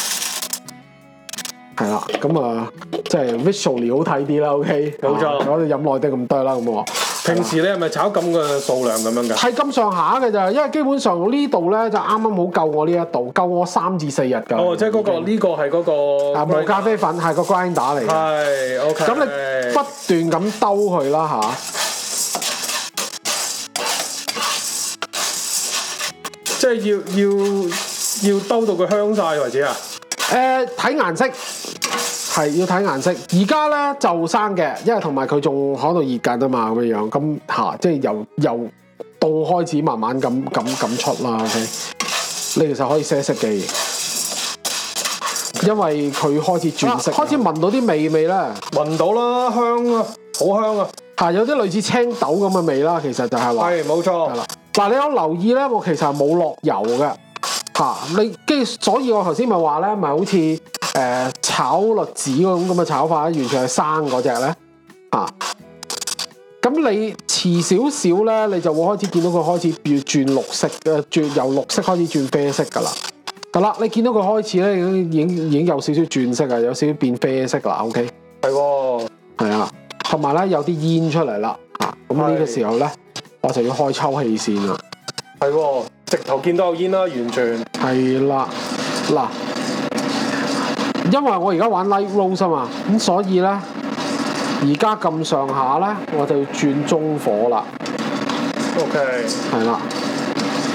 Speaker 8: 係啦，咁啊，即係 visually 好睇啲啦，OK 嚇。
Speaker 4: 冇錯
Speaker 8: 我哋飲耐啲咁多啦，咁喎。
Speaker 4: 平時你係咪炒咁嘅數量咁樣㗎？
Speaker 8: 係咁上下嘅咋，因為基本上我呢度咧就啱啱好夠我呢一度，夠我三至四日㗎。
Speaker 4: 哦，即係嗰個呢個係嗰個
Speaker 8: 啊無咖啡粉係個 grinder 嚟嘅，
Speaker 4: 係 OK。
Speaker 8: 咁你不斷咁兜佢啦吓，
Speaker 4: 即係要要要兜到佢香晒為止啊？
Speaker 8: 呃誒睇顏色係要睇顏色。而家咧就生嘅，因為同埋佢仲喺度熱緊啊嘛，咁樣樣咁嚇、即係由由到開始慢慢咁咁咁出啦。OK，你其實可以寫色嘅，因為佢開始轉色，啊開始聞到啲味味啦。
Speaker 4: 聞到啦，香啊，好香啊，
Speaker 8: 係有啲類似青豆咁嘅味啦，其實就係話。
Speaker 4: 係冇錯
Speaker 8: 係。啦。嗱，你有留意咧？我其實係冇落油嘅嚇、你跟住所以我頭先咪話咧，咪好似誒、呃炒栗子嗰種咁嘅炒法，完全係生嗰只咧嚇。咁、你遲少少咧，你就會開始見到佢開始變轉綠色嘅，轉由綠色開始轉啡色㗎啦。得啦，你見到佢開始咧已經已經已經有少少轉色啊，有少少變啡色啦。OK，
Speaker 4: 係喎，
Speaker 8: 係啊，同埋咧有啲煙出嚟啦嚇。咁、呢個
Speaker 4: 係
Speaker 8: 時候咧，我就要開抽氣扇啦。
Speaker 4: 係喎，直頭見到有煙啦，完全
Speaker 8: 係啦，嗱，因為我而家玩 light rose 啊嘛，咁所以咧，而家咁上下咧，我就要轉中火啦，
Speaker 4: OK。
Speaker 8: 係啦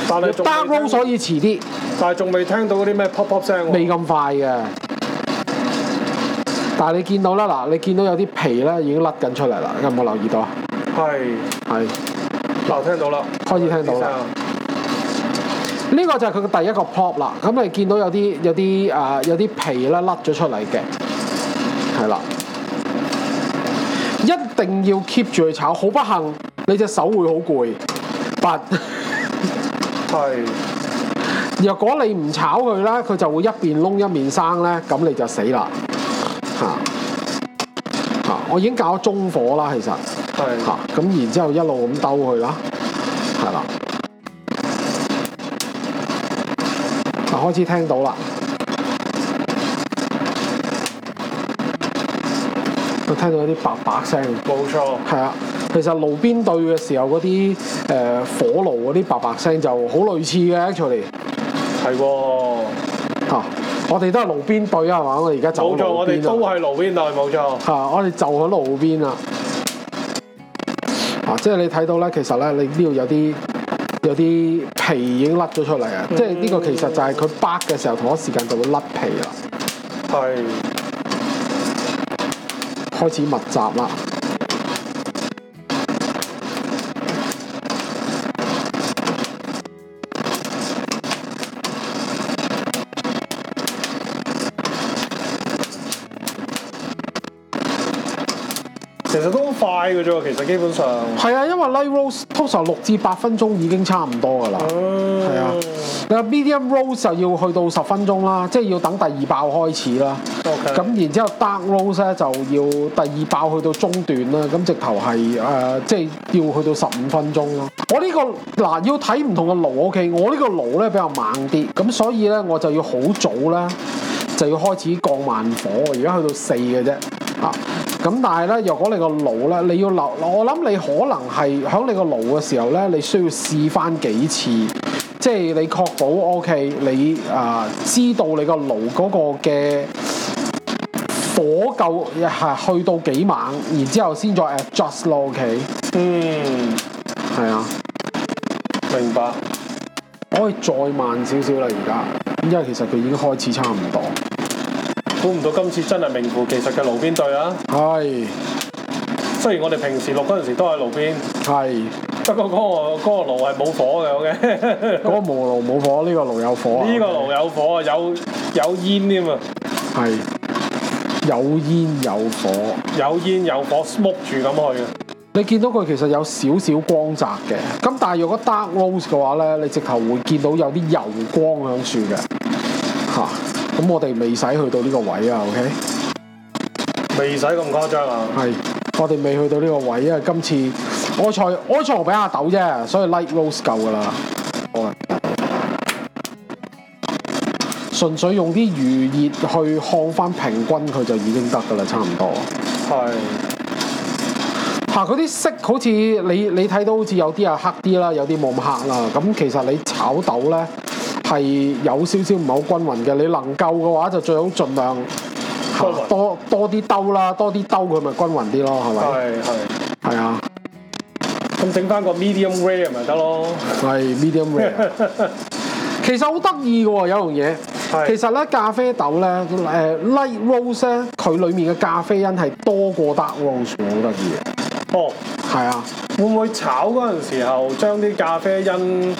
Speaker 4: 但係仲
Speaker 8: ，dark
Speaker 4: 未
Speaker 8: rose
Speaker 4: 聽
Speaker 8: 所以遲啲，
Speaker 4: 但係仲未聽到嗰啲咩 pop pop 聲
Speaker 8: 未
Speaker 4: 喎。
Speaker 8: 咁快嘅。但係你見到啦，嗱，你見到有啲皮咧已經甩緊出嚟啦，有冇留意到啊？
Speaker 4: 係，
Speaker 8: 係，
Speaker 4: 嗱聽到啦，
Speaker 8: 開始聽到啦。呢個就係佢嘅第一個 pop 啦。咁你見到有啲有啲誒、呃有啲皮咧甩咗出嚟嘅，係啦。一定要 keep 住去炒，好不幸你隻手會好攰。但
Speaker 4: 係，
Speaker 8: 若果你唔炒佢咧，佢就會一邊窿一面生咧，咁你就死啦嚇嚇！我已經搞咗中火啦，其實。
Speaker 4: 係，
Speaker 8: 嚇，咁然之後一路咁兜佢啦，係啦。嗱，開始聽到啦，我聽到有啲白白聲，
Speaker 4: 冇錯，
Speaker 8: 係啊。其實路邊對嘅時候嗰啲誒火爐嗰啲白白聲就好類似嘅，actually
Speaker 4: 係喎。
Speaker 8: 嚇、我哋都係路邊對啊，係嘛？我哋而家
Speaker 4: 冇
Speaker 8: 走
Speaker 4: 錯，
Speaker 8: 路
Speaker 4: 我哋
Speaker 8: 邊啊
Speaker 4: 都係路邊內冇錯。
Speaker 8: 嚇、啊我哋就喺路邊啊！啊，即係你睇到咧，其實咧，你呢度有啲有啲皮已經甩咗出嚟啊！即係呢個其實就係佢剝嘅時候，同一時間就會甩皮啦，
Speaker 4: 係，
Speaker 8: 開始密集啦。
Speaker 4: 其實都好快嘅啫，其實基本上。
Speaker 8: 係啊，因為 light rose 通常六至八分鐘已經差唔多㗎啦。係
Speaker 4: 係
Speaker 8: 啊，你話 medium rose 就要去到十分鐘啦，即係要等第二爆開始啦。
Speaker 4: OK
Speaker 8: 咁然之後 dark rose 咧就要第二爆去到中段啦，咁直頭係誒即係要去到十五分鐘咯。我呢、個嗱要睇唔同嘅爐，OK，我呢個爐咧比較猛啲，咁所以咧我就要好早咧就要開始降慢火，而家去到四嘅啫啊。咁但係咧，若果你個爐咧，你要留，我諗你可能係喺你個爐嘅時候咧，你需要試翻幾次，即係你確保 OK，你啊、知道你個爐嗰個嘅。火夠係去到幾猛，然之後先再 adjust 咯，OK？
Speaker 4: 嗯，
Speaker 8: 係啊，
Speaker 4: 明白。
Speaker 8: 我可以再慢少少啦，而家，因為其實佢已經開始差唔多。
Speaker 4: 估唔到今次真係名副其實嘅路邊隊啊！
Speaker 8: 係
Speaker 4: 雖然我哋平時錄嗰陣時都喺路邊，
Speaker 8: 係，
Speaker 4: 不過嗰、個嗰、個爐係冇火嘅，OK。
Speaker 8: 嗰個無爐冇火，呢個爐有火啊。
Speaker 4: 呢個爐有火啊，有有煙添啊，
Speaker 8: 係有煙有火，
Speaker 4: 有煙有火 smoke 住咁去啊。
Speaker 8: 你見到佢其實有少少光澤嘅。咁但係如果 dark rose 嘅話咧，你直頭會見到有啲油光響處嘅嚇。咁、我哋未使去到呢個位啊，OK？
Speaker 4: 未使咁誇張啊！
Speaker 8: 係，我哋未去到呢個位，因為今次埃塞埃塞俄比亞豆啫，所以 light rose 夠噶啦。好啦純粹用啲餘熱去看翻平均，佢就已經得噶啦，差唔多。
Speaker 4: 係
Speaker 8: 嚇，嗰啲色好似你你睇到好似有啲係黑啲啦，有啲冇咁黑啦。咁其實你炒豆呢係有少少唔係好均勻嘅，你能夠嘅話就最好盡量嚇
Speaker 4: 均勻
Speaker 8: 多多啲兜啦，多啲兜佢咪均勻啲咯，係咪？
Speaker 4: 係係，
Speaker 8: 係啊。
Speaker 4: 咁整翻個 medium rare 咪得咯。
Speaker 8: 係 medium rare。其實好得意嘅喎，有樣嘢，
Speaker 4: 係
Speaker 8: 其實咧咖啡豆咧誒、light roast 咧，佢裡面嘅咖啡因係多過 dark roast，好得意嘅。
Speaker 4: 哦，
Speaker 8: 係啊，
Speaker 4: 會唔會炒嗰陣時候將啲咖啡因誒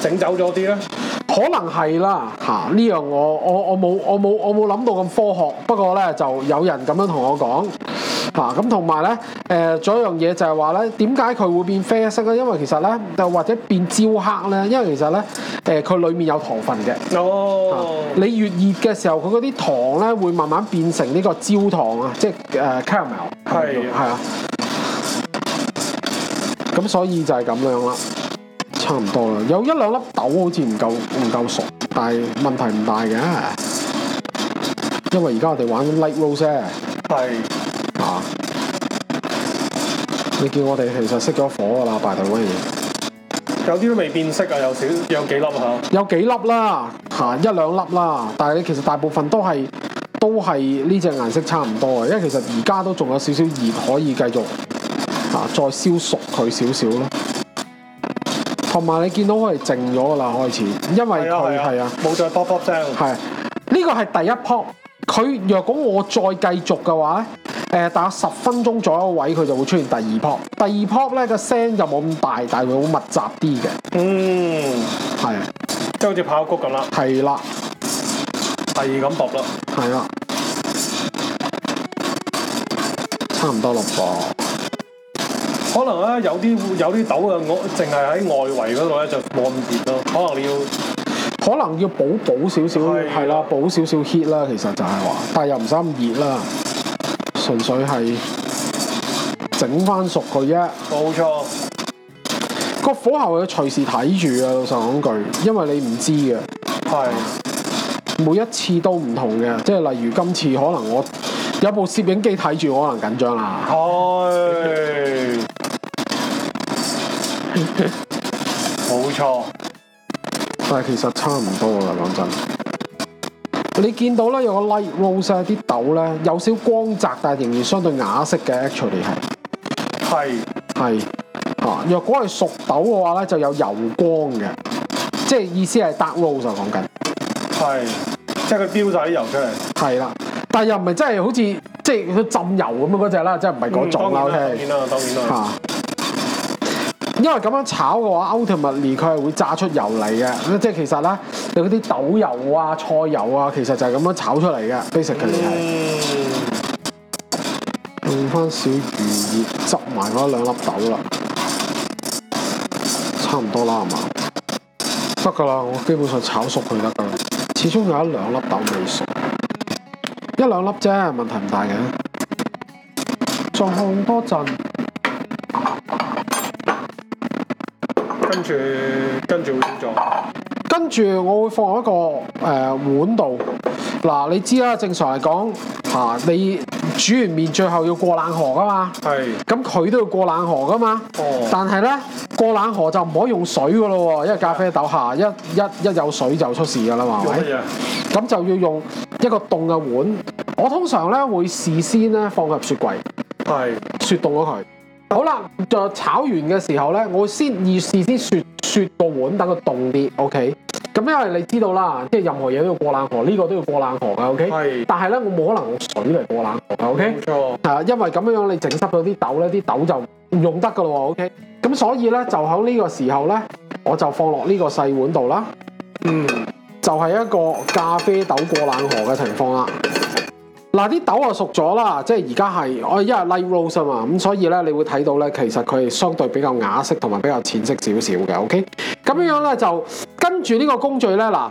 Speaker 4: 整、走咗啲咧？
Speaker 8: 可能係啦嚇，呢、樣我我我冇我冇我冇諗到咁科學，不過咧就有人咁樣同我講嚇，咁同埋咧誒，仲有一樣嘢就係話咧，點解佢會變啡色咧？因為其實咧，就或者變焦黑咧，因為其實咧誒，佢、裡面有糖分嘅。
Speaker 4: 哦，
Speaker 8: 你越熱嘅時候，佢嗰啲糖咧會慢慢變成呢個焦糖啊，即係誒 caramel，
Speaker 4: 係
Speaker 8: 係啊。咁所以就係咁樣啦，差唔多啦。有一兩粒豆好似唔夠唔夠熟，但係問題唔大嘅，因為而家我哋玩緊 light roast 啫
Speaker 4: 係
Speaker 8: 啊。你叫我哋其實熄咗火㗎啦，拜頭威
Speaker 4: 有啲都未變色啊，有少有幾粒嚇。
Speaker 8: 有幾粒啦，嚇一兩粒啦，但係你其實大部分都係都係呢隻顏色差唔多嘅，因為其實而家都仲有少少熱可以繼續嚇、再燒熟佢少少咯。同埋你見到佢係靜咗噶啦，開始，因為
Speaker 4: 係啊
Speaker 8: 佢
Speaker 4: 係
Speaker 8: 係
Speaker 4: 啊，，
Speaker 8: 啊
Speaker 4: 冇再 pop pop 聲。
Speaker 8: 係啊呢個係第一 pop。佢若果我再繼續嘅話咧，誒大約十分鐘左右位佢就會出現第二 pop。第二 pop 咧個聲就冇咁大，但係會好密集啲嘅，
Speaker 4: 嗯，
Speaker 8: 係啊
Speaker 4: 即係好似爆谷咁啦，
Speaker 8: 係啦
Speaker 4: 係咁搏啦。
Speaker 8: 係啊啦，差唔多六噃。
Speaker 4: 可能咧有啲有啲豆嘅，我淨係喺外圍嗰度咧就冇咁熱咯。可能你要
Speaker 8: 可能要補補少少，
Speaker 4: 係
Speaker 8: 係啦，補少少 heat 啦，其實就係話，但係又唔使咁熱啦，純粹係整翻熟佢啫。
Speaker 4: 冇錯，
Speaker 8: 個火候要隨時睇住啊，老實講句，因為你唔知嘅，
Speaker 4: 係
Speaker 8: 每一次都唔同嘅，即係例如今次可能我有部攝影機睇住，我可能緊張啦。
Speaker 4: 係 冇錯，
Speaker 8: 但係其實差唔多啦，講真。你見到咧有個 light rose 啊啲豆咧有少光澤，但係仍然相對啞色嘅，actually 係
Speaker 4: 係
Speaker 8: 係啊。若果係熟豆嘅話咧，就有油光嘅，即係意思係 dark rose 就講緊
Speaker 4: 係，即係佢飆晒啲油出嚟。
Speaker 8: 係啦。但係又唔係真係好似即係佢浸油咁樣嗰只啦，即係唔係嗰種
Speaker 4: 嗯當然
Speaker 8: 啦，OK
Speaker 4: 啦，當然啦，當然啦，
Speaker 8: 嚇。因為咁樣炒嘅話，ultimately 佢係會炸出油嚟嘅，即係其實咧，你嗰啲豆油啊、菜油啊，其實就係咁樣炒出嚟嘅，basically 係。
Speaker 4: 嗯。
Speaker 8: 用翻少魚葉執埋嗰兩粒豆啦，差唔多啦，係嘛？得噶啦，我基本上炒熟佢得噶啦，始終有一兩粒豆未熟，一兩粒啫，問題唔大嘅。再烘多陣，
Speaker 4: 跟住跟住會點做？
Speaker 8: 跟住我會放喺一個誒、呃碗度。嗱，你知啦，正常嚟講，嚇、你煮完面最後要過冷河噶嘛。
Speaker 4: 係
Speaker 8: 咁佢都要過冷河噶嘛。
Speaker 4: 哦
Speaker 8: 但係咧過冷河就唔可以用水噶咯喎，因為咖啡豆下一一一有水就出事噶啦嘛，係
Speaker 4: 用
Speaker 8: 咪
Speaker 4: 乜？嘢？
Speaker 8: 咁就要用一個凍嘅碗。我通常咧會事先咧放入雪櫃，
Speaker 4: 係
Speaker 8: 雪凍咗佢。好啦，就炒完嘅時候咧，我會先要事先雪雪個碗，等佢凍啲。OK，咁因為你知道啦，即係任何嘢都要過冷河，呢、個都要過冷河噶。OK，
Speaker 4: 係
Speaker 8: 但係咧我冇可能用水嚟過冷河噶。OK。
Speaker 4: 冇錯，
Speaker 8: 係啊，因為咁樣樣你整濕咗啲豆咧，啲豆就唔用得噶咯喎。OK，咁所以咧就喺呢個時候咧，我就放落呢個細碗度啦，
Speaker 4: 嗯，
Speaker 8: 就係、一個咖啡豆過冷河嘅情況啦。嗱，啲豆啊熟咗啦，即係而家係我因為 light roast 啊嘛，咁所以咧你會睇到咧，其實佢係相對比較啞色同埋比較淺色少少嘅。OK，咁樣樣咧就跟住呢個工序咧嗱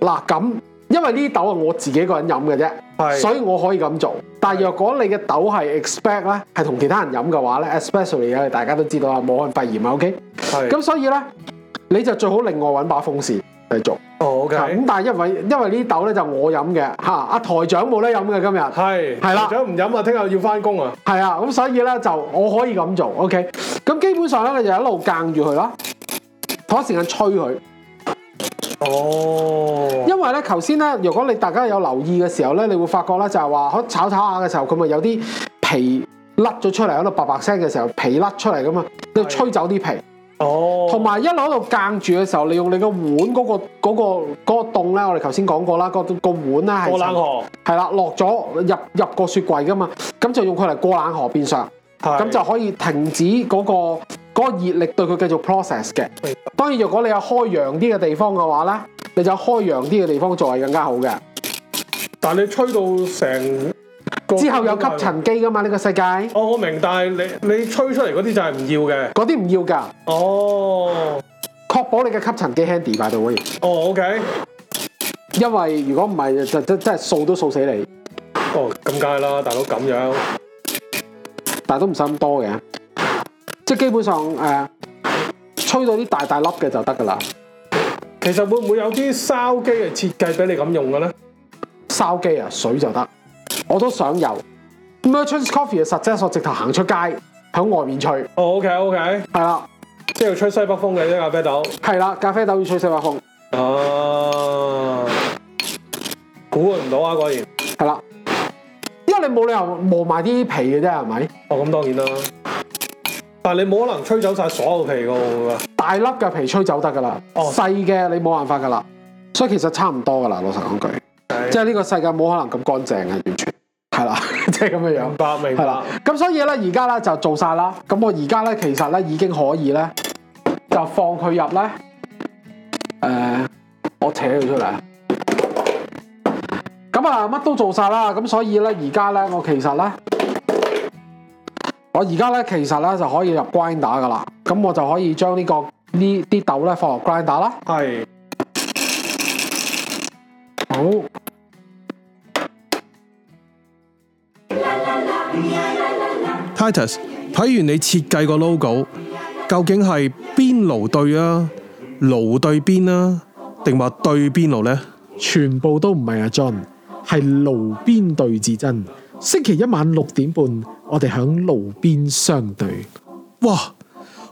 Speaker 8: 嗱咁，因為呢啲豆係我自己一個人飲嘅啫。
Speaker 4: 係
Speaker 8: 所以我可以咁做。但係若果你嘅豆係 expect 咧，係同其他人飲嘅話咧，especially 咧，大家都知道啦，武漢肺炎啊，OK。
Speaker 4: 係
Speaker 8: 咁所以咧，你就最好另外揾把風扇嚟做。
Speaker 4: 哦，OK，
Speaker 8: 咁但係因為因為呢啲豆咧就我飲嘅嚇，阿台長冇得飲嘅今日。
Speaker 4: 係
Speaker 8: 係啦
Speaker 4: 除咗唔飲啊，聽日要翻工啊，
Speaker 8: 係啊，咁所以咧就我可以咁做，OK。咁基本上咧，你就一路間住佢啦，同一時間吹佢。
Speaker 4: 哦，
Speaker 8: 因為咧，頭先咧，如果你大家有留意嘅時候咧，你會發覺咧就係話，可炒炒下嘅時候，佢咪有啲啊皮甩咗出嚟，喺度白白聲嘅時候，皮甩出嚟噶嘛，你要吹走啲皮。
Speaker 4: 哦，
Speaker 8: 同埋一路喺度間住嘅時候，你用你個碗嗰、個嗰、個嗰、個凍咧，我哋頭先講過啦，個個碗咧係
Speaker 4: 過冷河
Speaker 8: 係啦，落咗入入個雪櫃噶嘛，咁就用佢嚟過冷河變相，
Speaker 4: 係
Speaker 8: 咁就可以停止嗰、個嗰、個熱力對佢繼續 process 嘅。當然，如果你有開揚啲嘅地方嘅話咧，你就有開揚啲嘅地方做係更加好嘅。
Speaker 4: 但係你吹到成個
Speaker 8: 之後有吸塵機噶嘛，呢、個世界嗰
Speaker 4: 哦，我明，但係你你吹出嚟嗰啲就係唔要嘅。
Speaker 8: 啲唔要㗎，
Speaker 4: 哦，
Speaker 8: 確保你嘅吸塵機 handy by the way。
Speaker 4: 哦，OK，
Speaker 8: 因為如果唔係就真真係掃都掃死你，
Speaker 4: 哦，咁梗係啦，大佬咁樣，
Speaker 8: 但係都唔使咁多嘅，即係基本上誒、呃吹到啲大大粒嘅就得㗎啦。
Speaker 4: 其實會唔會有啲筲機係設計俾你咁用嘅咧？
Speaker 8: 筲機啊，水就得，我都想有。Merchants Coffee 嘅實質我直頭行出街，喺外面吹，係
Speaker 4: 哦，OK，OK，
Speaker 8: 啦，
Speaker 4: 即係要吹西北風嘅啫，咖啡豆。
Speaker 8: 係啦，咖啡豆要吹四百風，
Speaker 4: 啊，估唔到啊，果然。
Speaker 8: 係啦，因為你冇理由磨埋啲皮嘅啫，係咪？
Speaker 4: 哦，咁當然啦。但係你冇可能吹走晒所有皮㗎喎。
Speaker 8: 大粒嘅皮吹走得㗎啦，
Speaker 4: 哦
Speaker 8: 細嘅你冇辦法㗎啦，所以其實差唔多㗎啦，老實講句，即係呢個世界冇可能咁乾淨嘅，完全係啦， 即係咁樣樣
Speaker 4: 明。白，明
Speaker 8: 係
Speaker 4: 白
Speaker 8: 啦。，咁所以咧，而家咧就做晒啦。咁我而家咧，其實咧已經可以咧，就放佢入咧，誒、我扯佢出嚟。咁啊，乜都做晒啦。咁所以咧，而家咧，我其實咧，我而家咧，其實咧就可以入 grinder 噶啦。咁我就可以將呢、個呢啲豆咧放入 grinder 啦。
Speaker 4: 係
Speaker 8: 好。
Speaker 3: Titus，睇完你設計個 logo，究竟係邊爐對啊，爐對邊啊，定話對邊爐呢？
Speaker 1: 全部都唔係阿 John，係爐邊對至真。星期一晚六點半，我哋響爐邊相對。
Speaker 3: 哇，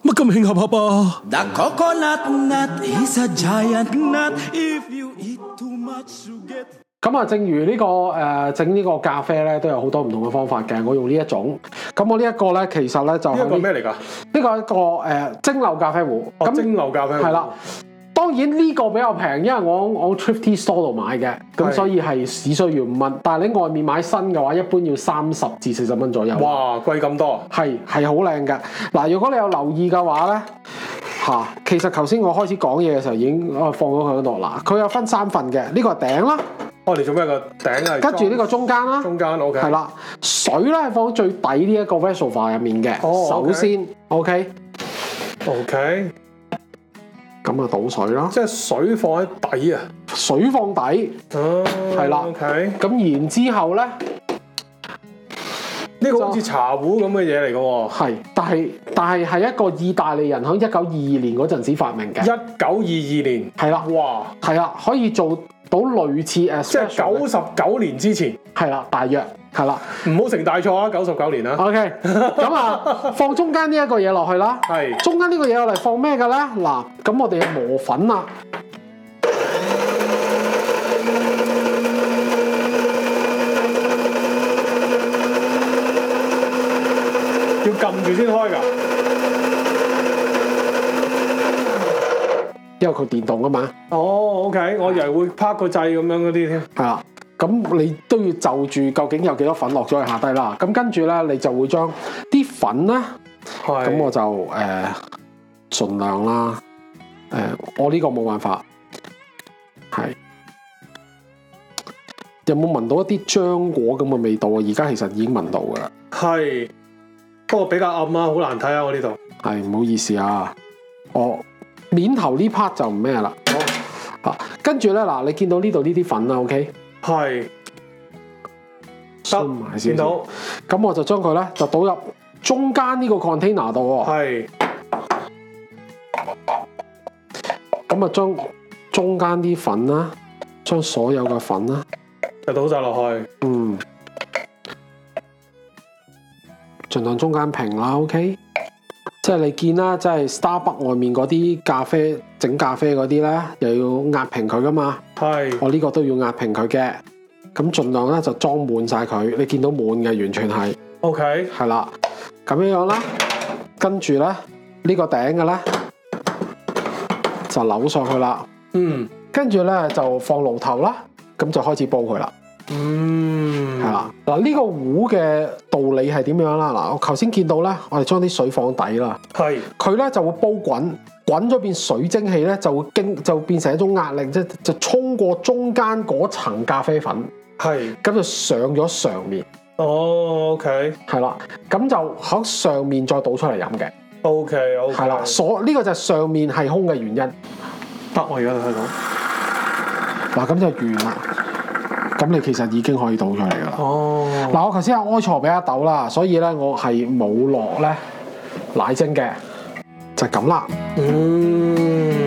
Speaker 3: 乜咁慶合合啊！
Speaker 7: The coconut nut is a giant nut. If you eat too much, you get
Speaker 8: 咁啊，正如呢、個誒、呃整呢個咖啡咧，都有好多唔同嘅方法嘅。我用呢一種，咁我呢一個咧，其實咧就
Speaker 4: 呢一個
Speaker 8: 係
Speaker 4: 咩
Speaker 8: 呢
Speaker 4: 嚟㗎？
Speaker 8: 呢個係一個誒、呃蒸餾咖啡壺。
Speaker 4: 哦，蒸餾咖啡
Speaker 8: 係啦。當然呢個比較平，因為我我 Thrifty Store 度買嘅，
Speaker 4: 係
Speaker 8: 咁所以係只需要五蚊。但係你外面買新嘅話，一般要三十至四十蚊左右。
Speaker 4: 哇，貴咁多，
Speaker 8: 係係好靚嘅。嗱，如果你有留意嘅話咧，嚇、其實頭先我開始講嘢嘅時候已經我放咗佢喺度啦。佢有分三份嘅，呢、個係頂啦，
Speaker 4: 我哋做咩個頂係
Speaker 8: 跟住呢個中間啦。
Speaker 4: 中間 OK，
Speaker 8: 係啦，水咧係放喺最底呢一個 vessel 入面嘅。
Speaker 4: 哦
Speaker 8: 首先，OK，
Speaker 4: ，OK，
Speaker 8: 咁啊倒水啦，
Speaker 4: 即係水放喺底啊，
Speaker 8: 水放底，
Speaker 4: 係
Speaker 8: 係啦
Speaker 4: ，OK，
Speaker 8: 咁然之後咧
Speaker 4: 呢個好似茶壺咁嘅嘢嚟㗎
Speaker 8: 係，但係但係係一個意大利人喺一九二二年嗰陣時發明
Speaker 4: 喎，
Speaker 8: 嘅，
Speaker 4: 一九
Speaker 8: 係啦
Speaker 4: 二二，年，哇，
Speaker 8: 係啦，可以做到類似誒，
Speaker 4: 即係九十九年之前，
Speaker 8: 係啦，大約係啦
Speaker 4: 唔好成大錯啊，九十九年啦，
Speaker 8: ，OK，咁啊放中間呢一個嘢落去啦，
Speaker 4: 係
Speaker 8: 中間呢個嘢我嚟放咩嘅咧？嗱，咁我哋嘅磨粉啦。
Speaker 4: 要撳住先開㗎，
Speaker 8: 因為佢電動啊嘛，
Speaker 4: 哦，OK，我以為會拍個掣咁樣嗰啲添，
Speaker 8: 係啦。咁你都要就住究竟有幾多粉落咗去下低啦。咁跟住咧，你就會將啲粉咧，
Speaker 4: 係，
Speaker 8: 咁我就誒、呃、盡量啦。誒、我呢個冇辦法，係有冇聞到一啲漿果咁嘅味道啊？而家其實已經聞到噶啦，
Speaker 4: 係，不過比較暗啊，好難睇啊，我呢度，
Speaker 8: 係唔好意思啊，我面頭呢 part 就唔咩啦。好啊，跟住咧嗱，你見到呢度呢啲粉啦，OK，
Speaker 4: 係，
Speaker 8: 收埋
Speaker 4: 見
Speaker 8: 先。
Speaker 4: 到，
Speaker 8: 咁我就將佢咧就倒入中間呢個 container 度喎，
Speaker 4: 係，
Speaker 8: 咁啊將中間啲粉啦，將所有嘅粉啦，
Speaker 4: 就倒晒落去，
Speaker 8: 嗯，盡量中間平啦，OK。即係你見啦，即係 Starbucks 外面嗰啲咖啡整咖啡嗰啲咧，又要壓平佢噶嘛。
Speaker 4: 係，
Speaker 8: 我呢個都要壓平佢嘅，咁盡量咧就裝滿晒佢。你見到滿嘅，完全係。
Speaker 4: OK，
Speaker 8: 係啦，咁樣樣啦，跟住咧呢、呢個頂嘅咧就扭上去啦。
Speaker 4: 嗯
Speaker 8: 跟住咧就放爐頭啦，咁就開始煲佢啦，
Speaker 4: 嗯，
Speaker 8: 係啦。嗱呢個壺嘅道理係點樣啦？嗱，我頭先見到咧，我哋將啲水放底啦，
Speaker 4: 係
Speaker 8: 佢咧就會煲滾，滾咗變水蒸氣咧就會經就變成一種壓力，即係就衝過中間嗰層咖啡粉，
Speaker 4: 係，
Speaker 8: 咁就上咗上面，
Speaker 4: 哦，OK
Speaker 8: 係啦，咁就喺上面再倒出嚟飲嘅，
Speaker 4: OK OK，
Speaker 8: 係啦。所呢、個就係上面係空嘅原因。
Speaker 4: 得我而家睇到，
Speaker 8: 嗱咁就完啦。咁你其實已經可以倒出嚟㗎啦。
Speaker 4: 哦，
Speaker 8: 嗱，我頭先係哀錯俾阿豆啦，所以咧我係冇落咧奶精嘅，就係咁啦。
Speaker 4: 嗯，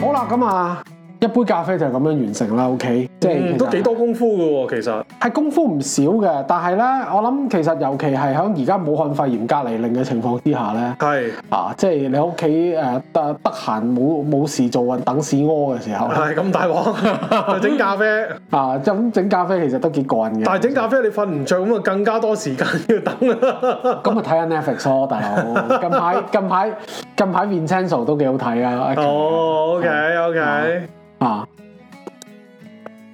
Speaker 8: 好啦，咁啊，一杯咖啡就係咁樣完成啦。OK，即係、
Speaker 4: 嗯都幾多，功夫嘅喎，其實
Speaker 8: 係功夫唔少嘅。但係咧，我諗其實尤其係喺而家武漢肺炎隔離令嘅情況之下咧，
Speaker 4: 係
Speaker 8: 啊，即係你喺屋企誒得得閒冇冇事做啊，等屎屙嘅時候
Speaker 4: 係咁大 鑊，就整咖啡，
Speaker 8: 啊，咁整咖啡其實都幾過癮嘅。
Speaker 4: 但係整咖啡你瞓唔着咁啊，更加多時間要等 啦。
Speaker 8: 咁咪啊睇下 Netflix 咯，大 佬。近排近排近排 Vincenzo 都幾好睇啊。
Speaker 4: 哦，OK
Speaker 8: 啊
Speaker 4: OK，
Speaker 8: 啊，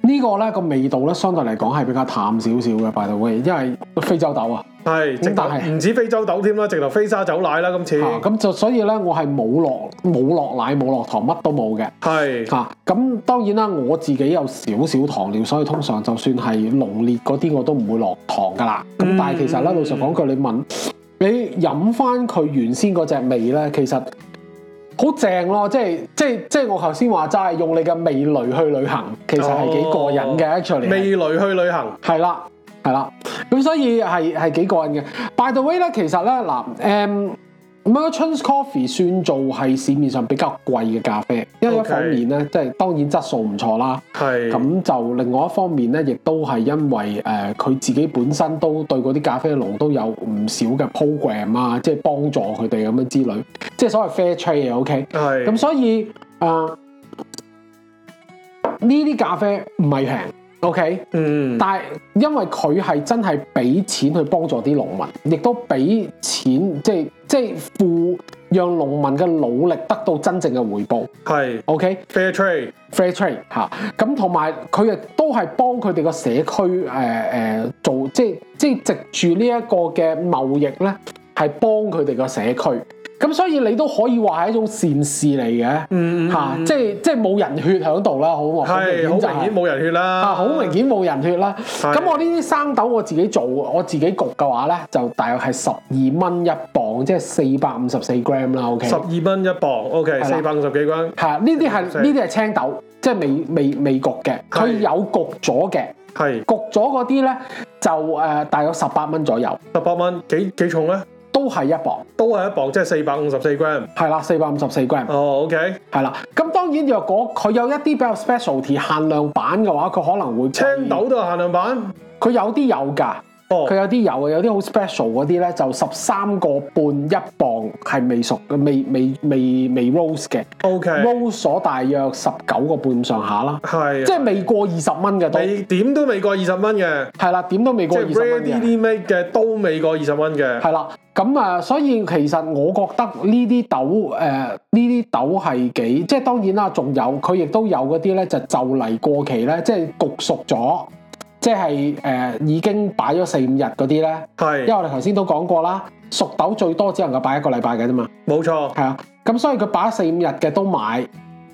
Speaker 8: 呢個咧個味道咧，相對嚟講係比較淡少少嘅，by the way，因為非洲豆啊，
Speaker 4: 係直頭
Speaker 8: 但係
Speaker 4: 唔止非洲豆添啦，直頭飛沙走奶啦，今次
Speaker 8: 啊咁就所以咧，我係冇落冇落奶冇落糖，乜都冇嘅。
Speaker 4: 係
Speaker 8: 啊，咁當然啦，我自己有少少糖尿，所以通常就算係濃烈嗰啲，我都唔會落糖噶啦。咁但係其實咧，老實講句，你問你飲翻佢原先嗰只味咧，其實好正咯，即係即係即係我頭先話齋，用你嘅味蕾去旅行，其實係幾過癮嘅。actually 係
Speaker 4: 味哦蕾去旅行，
Speaker 8: 係啦，係啦，咁所以係係幾過癮嘅。By the way 咧，其實咧嗱，誒、Merchants Coffee 算做係市面上比較貴嘅咖啡，因為一
Speaker 4: OK
Speaker 8: 方面咧，即係當然質素唔錯啦，
Speaker 4: 係
Speaker 8: 咁就另外一方面咧，亦都係因為誒佢、自己本身都對嗰啲咖啡農都有唔少嘅 program 啊，即係幫助佢哋咁樣之類，即係所謂 fair trade 啊，OK。
Speaker 4: 係
Speaker 8: 咁所以啊，呢、啲咖啡唔係平，OK。
Speaker 4: 嗯
Speaker 8: 但係因為佢係真係俾錢去幫助啲農民，亦都俾錢，即係即係付讓農民嘅努力得到真正嘅回報。
Speaker 4: 係
Speaker 8: OK，fair、
Speaker 4: fair trade
Speaker 8: trade 嚇、咁同埋佢亦都係幫佢哋個社區誒誒、呃做，即係即係藉住呢一個嘅貿易咧，係幫佢哋個社區。咁所以你都可以話係一種善事嚟嘅嚇，
Speaker 4: 嗯嗯嗯
Speaker 8: 即係即係冇人血喺度啦，好冇？哦好明
Speaker 4: 係好
Speaker 8: 顯就係
Speaker 4: 明顯冇人血啦，
Speaker 8: 啊，好明顯冇人血啦。
Speaker 4: 係
Speaker 8: 咁我呢啲生豆我自己做，我自己焗嘅話咧，就大約係十二蚊一磅，即係四百五十四 gram 啦。OK，
Speaker 4: 十二蚊一磅，OK，
Speaker 8: 係啦
Speaker 4: 四百五十幾蚊，
Speaker 8: 係啊呢啲係
Speaker 4: 四
Speaker 8: 呢啲係青豆，即係未未未焗嘅，
Speaker 4: 係
Speaker 8: 佢有焗咗嘅，
Speaker 4: 係
Speaker 8: 焗咗嗰啲咧就誒、呃大約十八蚊左右，
Speaker 4: 十八蚊，幾幾重咧？
Speaker 8: 都係一磅，
Speaker 4: 都係一磅，即係四百五十四 gram。
Speaker 8: 係啦，四百五十四 gram。
Speaker 4: 哦，OK，
Speaker 8: 係啦，咁當然若果佢有一啲比較 specialty 限量版嘅話，佢可能會貴
Speaker 4: 青豆都有限量版。
Speaker 8: 佢有啲有㗎，
Speaker 4: 哦
Speaker 8: 佢有啲有嘅，啊有啲好 special 嗰啲咧，就十三個半一磅係未熟嘅，未未未未 rose 嘅
Speaker 4: OK，
Speaker 8: ，rose 咗大約十九個半咁上下啦，
Speaker 4: 係啊
Speaker 8: 即係未過二十蚊嘅都
Speaker 4: 未點都未過二十蚊嘅，
Speaker 8: 係啦，點都未
Speaker 4: 即
Speaker 8: 過二
Speaker 4: 係
Speaker 8: 十蚊
Speaker 4: ready
Speaker 8: 嘅，
Speaker 4: 啲 make 嘅都未過二十蚊嘅。
Speaker 8: 係啦。咁啊，所以其實我覺得呢啲豆誒呢啲豆係幾，即係當然啦，仲有佢亦都有嗰啲咧，就就嚟過期咧，即係焗熟咗，即係誒、呃已經擺咗四五日嗰啲咧。因為
Speaker 4: 係
Speaker 8: 我哋頭先都講過啦，熟豆最多只能夠擺一個禮拜嘅啫嘛，
Speaker 4: 冇錯，
Speaker 8: 係啊，咁所以佢擺咗四五日嘅都買，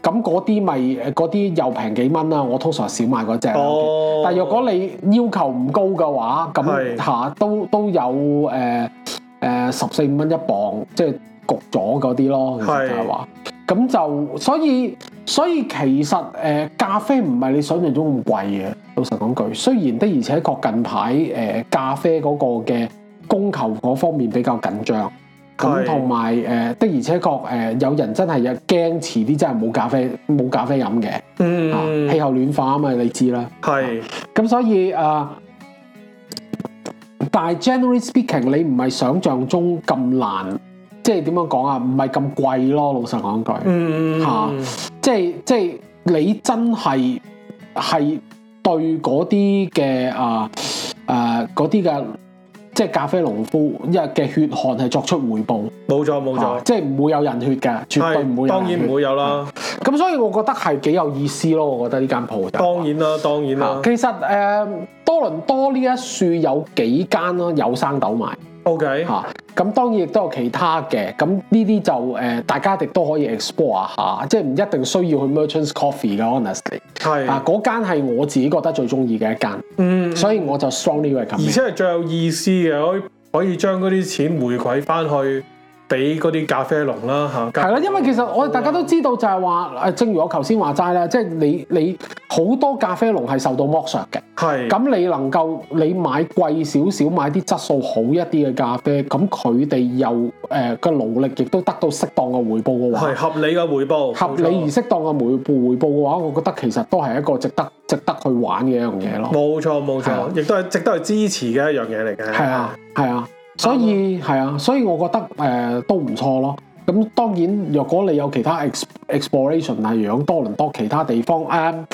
Speaker 8: 咁嗰啲咪嗰啲又平幾蚊啦，我通常少買嗰只。
Speaker 4: 哦
Speaker 8: 但若果你要求唔高嘅話，咁
Speaker 4: 係
Speaker 8: 嚇都都有誒誒十四五蚊一磅，即係焗咗嗰啲咯，其實就係話。咁就所以所以其實誒、呃咖啡唔係你想象中咁貴嘅，老實講句。雖然的而且確近排誒、呃咖啡嗰個嘅供求嗰方面比較緊張，咁
Speaker 4: 係
Speaker 8: 同埋誒的而且確誒、呃有人真係有驚遲啲真係冇咖啡冇咖啡飲嘅，啊
Speaker 4: 嗯
Speaker 8: 氣候暖化啊嘛，你知啦。
Speaker 4: 係
Speaker 8: 咁所以誒、呃但係 generally speaking，你唔係想象中咁難，即係點樣講啊？唔係咁貴咯，老實講句，
Speaker 4: 嗯
Speaker 8: 嚇即係即係你真係誒、係對嗰啲嘅啊誒嗰啲嘅即係咖啡農夫一嘅血汗係作出回報，
Speaker 4: 冇錯冇
Speaker 8: 啊
Speaker 4: 錯，
Speaker 8: 即係唔會有人血㗎，絕對
Speaker 4: 係
Speaker 8: 唔會有
Speaker 4: 當
Speaker 8: 人血
Speaker 4: 然唔會有啦，
Speaker 8: 咁所以我覺得係幾有意思咯，我覺得呢間鋪就
Speaker 4: 當然啦，當然啦
Speaker 8: 啊。其實誒、多倫多呢一樹有幾間咯，有生豆賣
Speaker 4: OK，
Speaker 8: 嚇。咁、當然亦都有其他嘅，咁呢啲就誒、大家亦都可以 explore 下，即係唔一定需要去 Merchants Coffee 嘅，honestly。啊，
Speaker 4: 係，
Speaker 8: 嗰間係我自己覺得最中意嘅一間，
Speaker 4: 嗯，
Speaker 8: 所以我就 strongly
Speaker 4: 而
Speaker 8: recommend。
Speaker 4: 且係最有意思嘅，可以可以將嗰啲錢回饋翻去俾嗰啲咖啡農啦嚇。
Speaker 8: 係啦，因為其實我哋大家都知道就係話誒，正如我頭先話齋啦，即係你你好多咖啡農係受到剝削嘅。
Speaker 4: 係
Speaker 8: 咁你能夠你買貴少少，買啲質素好一啲嘅咖啡，咁佢哋又誒嘅、勞力亦都得到適當嘅回報嘅話
Speaker 4: 係，合理嘅回報，
Speaker 8: 合理而適當嘅回報回報嘅話，我覺得其實都係一個值得值得去玩嘅一樣嘢咯。
Speaker 4: 冇錯冇
Speaker 8: 係啊
Speaker 4: 錯，亦都係值得去支持嘅一樣嘢嚟嘅。
Speaker 8: 係啊，係啊，所以係啊，所以我覺得誒、呃都唔錯咯。咁當然，若果你有其他 ex exploration 啊，如多倫多其他地方誒、呃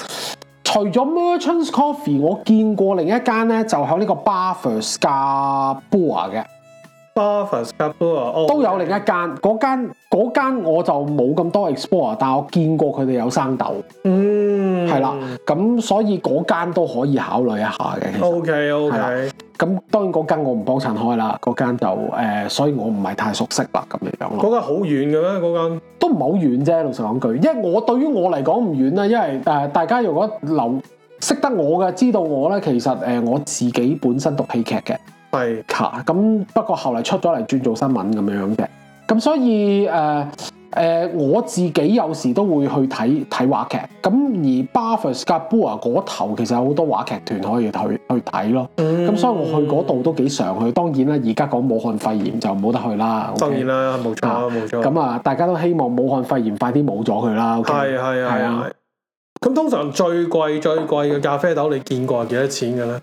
Speaker 8: 除咗 Merchants Coffee，我見過另一間咧，就喺呢個 Buffers 加 b o a 嘅，
Speaker 4: Buffers c a p u a
Speaker 8: 都有另一間。嗰間嗰間我就冇咁多 explore，但我見過佢哋有生豆，
Speaker 4: 嗯
Speaker 8: 係啦、咁所以嗰間都可以考慮一下嘅。其實
Speaker 4: O K O
Speaker 8: 係
Speaker 4: K
Speaker 8: 啦。咁當然嗰間我唔幫襯開啦，嗰間就誒、呃所以我唔係太熟悉啦，咁樣樣咯，
Speaker 4: 嗰間好遠嘅咩？嗰間
Speaker 8: 都唔係好遠啫。老實講句，因為我對於我嚟講唔遠啦，因為誒、呃大家如果留識得我嘅，知道我咧，其實誒、呃我自己本身讀戲劇嘅，
Speaker 4: 係
Speaker 8: 嚇咁不過後嚟出咗嚟轉做新聞咁樣嘅，咁所以誒。呃誒、呃我自己有時都會去睇睇話劇，咁而 Buffers 加 b o a 嗰頭其實有好多話劇團可以去去睇咯。
Speaker 4: 嗯
Speaker 8: 咁、所以我去嗰度都幾常去。當然啦，而家講武漢肺炎就冇得去啦。OK
Speaker 4: 當然。啦，冇錯
Speaker 8: 啊
Speaker 4: 冇錯。
Speaker 8: 咁啊，大家都希望武漢肺炎快啲冇咗佢啦。OK
Speaker 4: 係係
Speaker 8: 係
Speaker 4: 係
Speaker 8: 啊
Speaker 4: 啊。咁通常最貴最貴嘅咖啡豆，你見過係幾多錢嘅咧？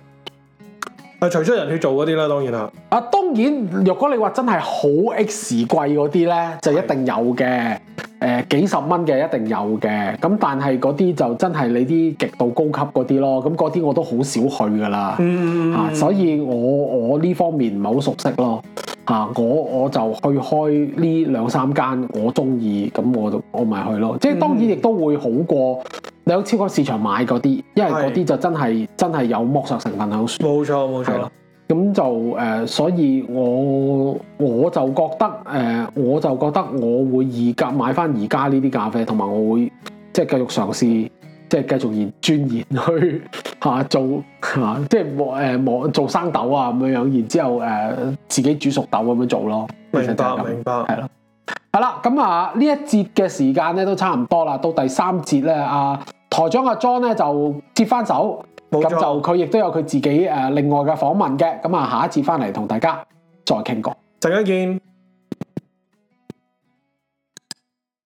Speaker 4: 啊，除咗人去做嗰啲啦，當然啦。
Speaker 8: 啊，當然，若果你話真係好 X 貴嗰啲咧，就一定有嘅。誒、幾十蚊嘅一定有嘅。咁但係嗰啲就真係你啲極度高級嗰啲咯。咁嗰啲我都好少去噶啦。
Speaker 4: 嗯
Speaker 8: 啊，所以我我呢方面唔係好熟悉咯。啊，我我就去開呢兩三間我中意，咁我就我咪去咯。即係當然亦都會好過你喺超級市場買嗰啲，因為嗰啲就真係真係有剝削成分喺度。
Speaker 4: 冇錯冇
Speaker 8: 係
Speaker 4: 錯
Speaker 8: 啦。咁就誒、呃所以我我就覺得誒、呃我就覺得我會而家買翻而家呢啲咖啡，同埋我會即係繼續嘗試，即係繼續研鑽研去 嚇、啊做嚇、啊即係磨誒磨做生豆啊咁樣樣，然之後誒、呃自己煮熟豆咁樣做咯。
Speaker 4: 明
Speaker 8: 其實就係
Speaker 4: 白
Speaker 8: 咁
Speaker 4: 明白。
Speaker 8: 係咯。係啦，咁啊呢一節嘅時間咧都差唔多啦，到第三節咧，啊台長阿 John 咧就接翻手，
Speaker 4: 冇
Speaker 8: 咁
Speaker 4: 錯
Speaker 8: 就佢亦都有佢自己誒、呃另外嘅訪問嘅，咁啊下一節翻嚟同大家再傾過。
Speaker 4: 陣間見。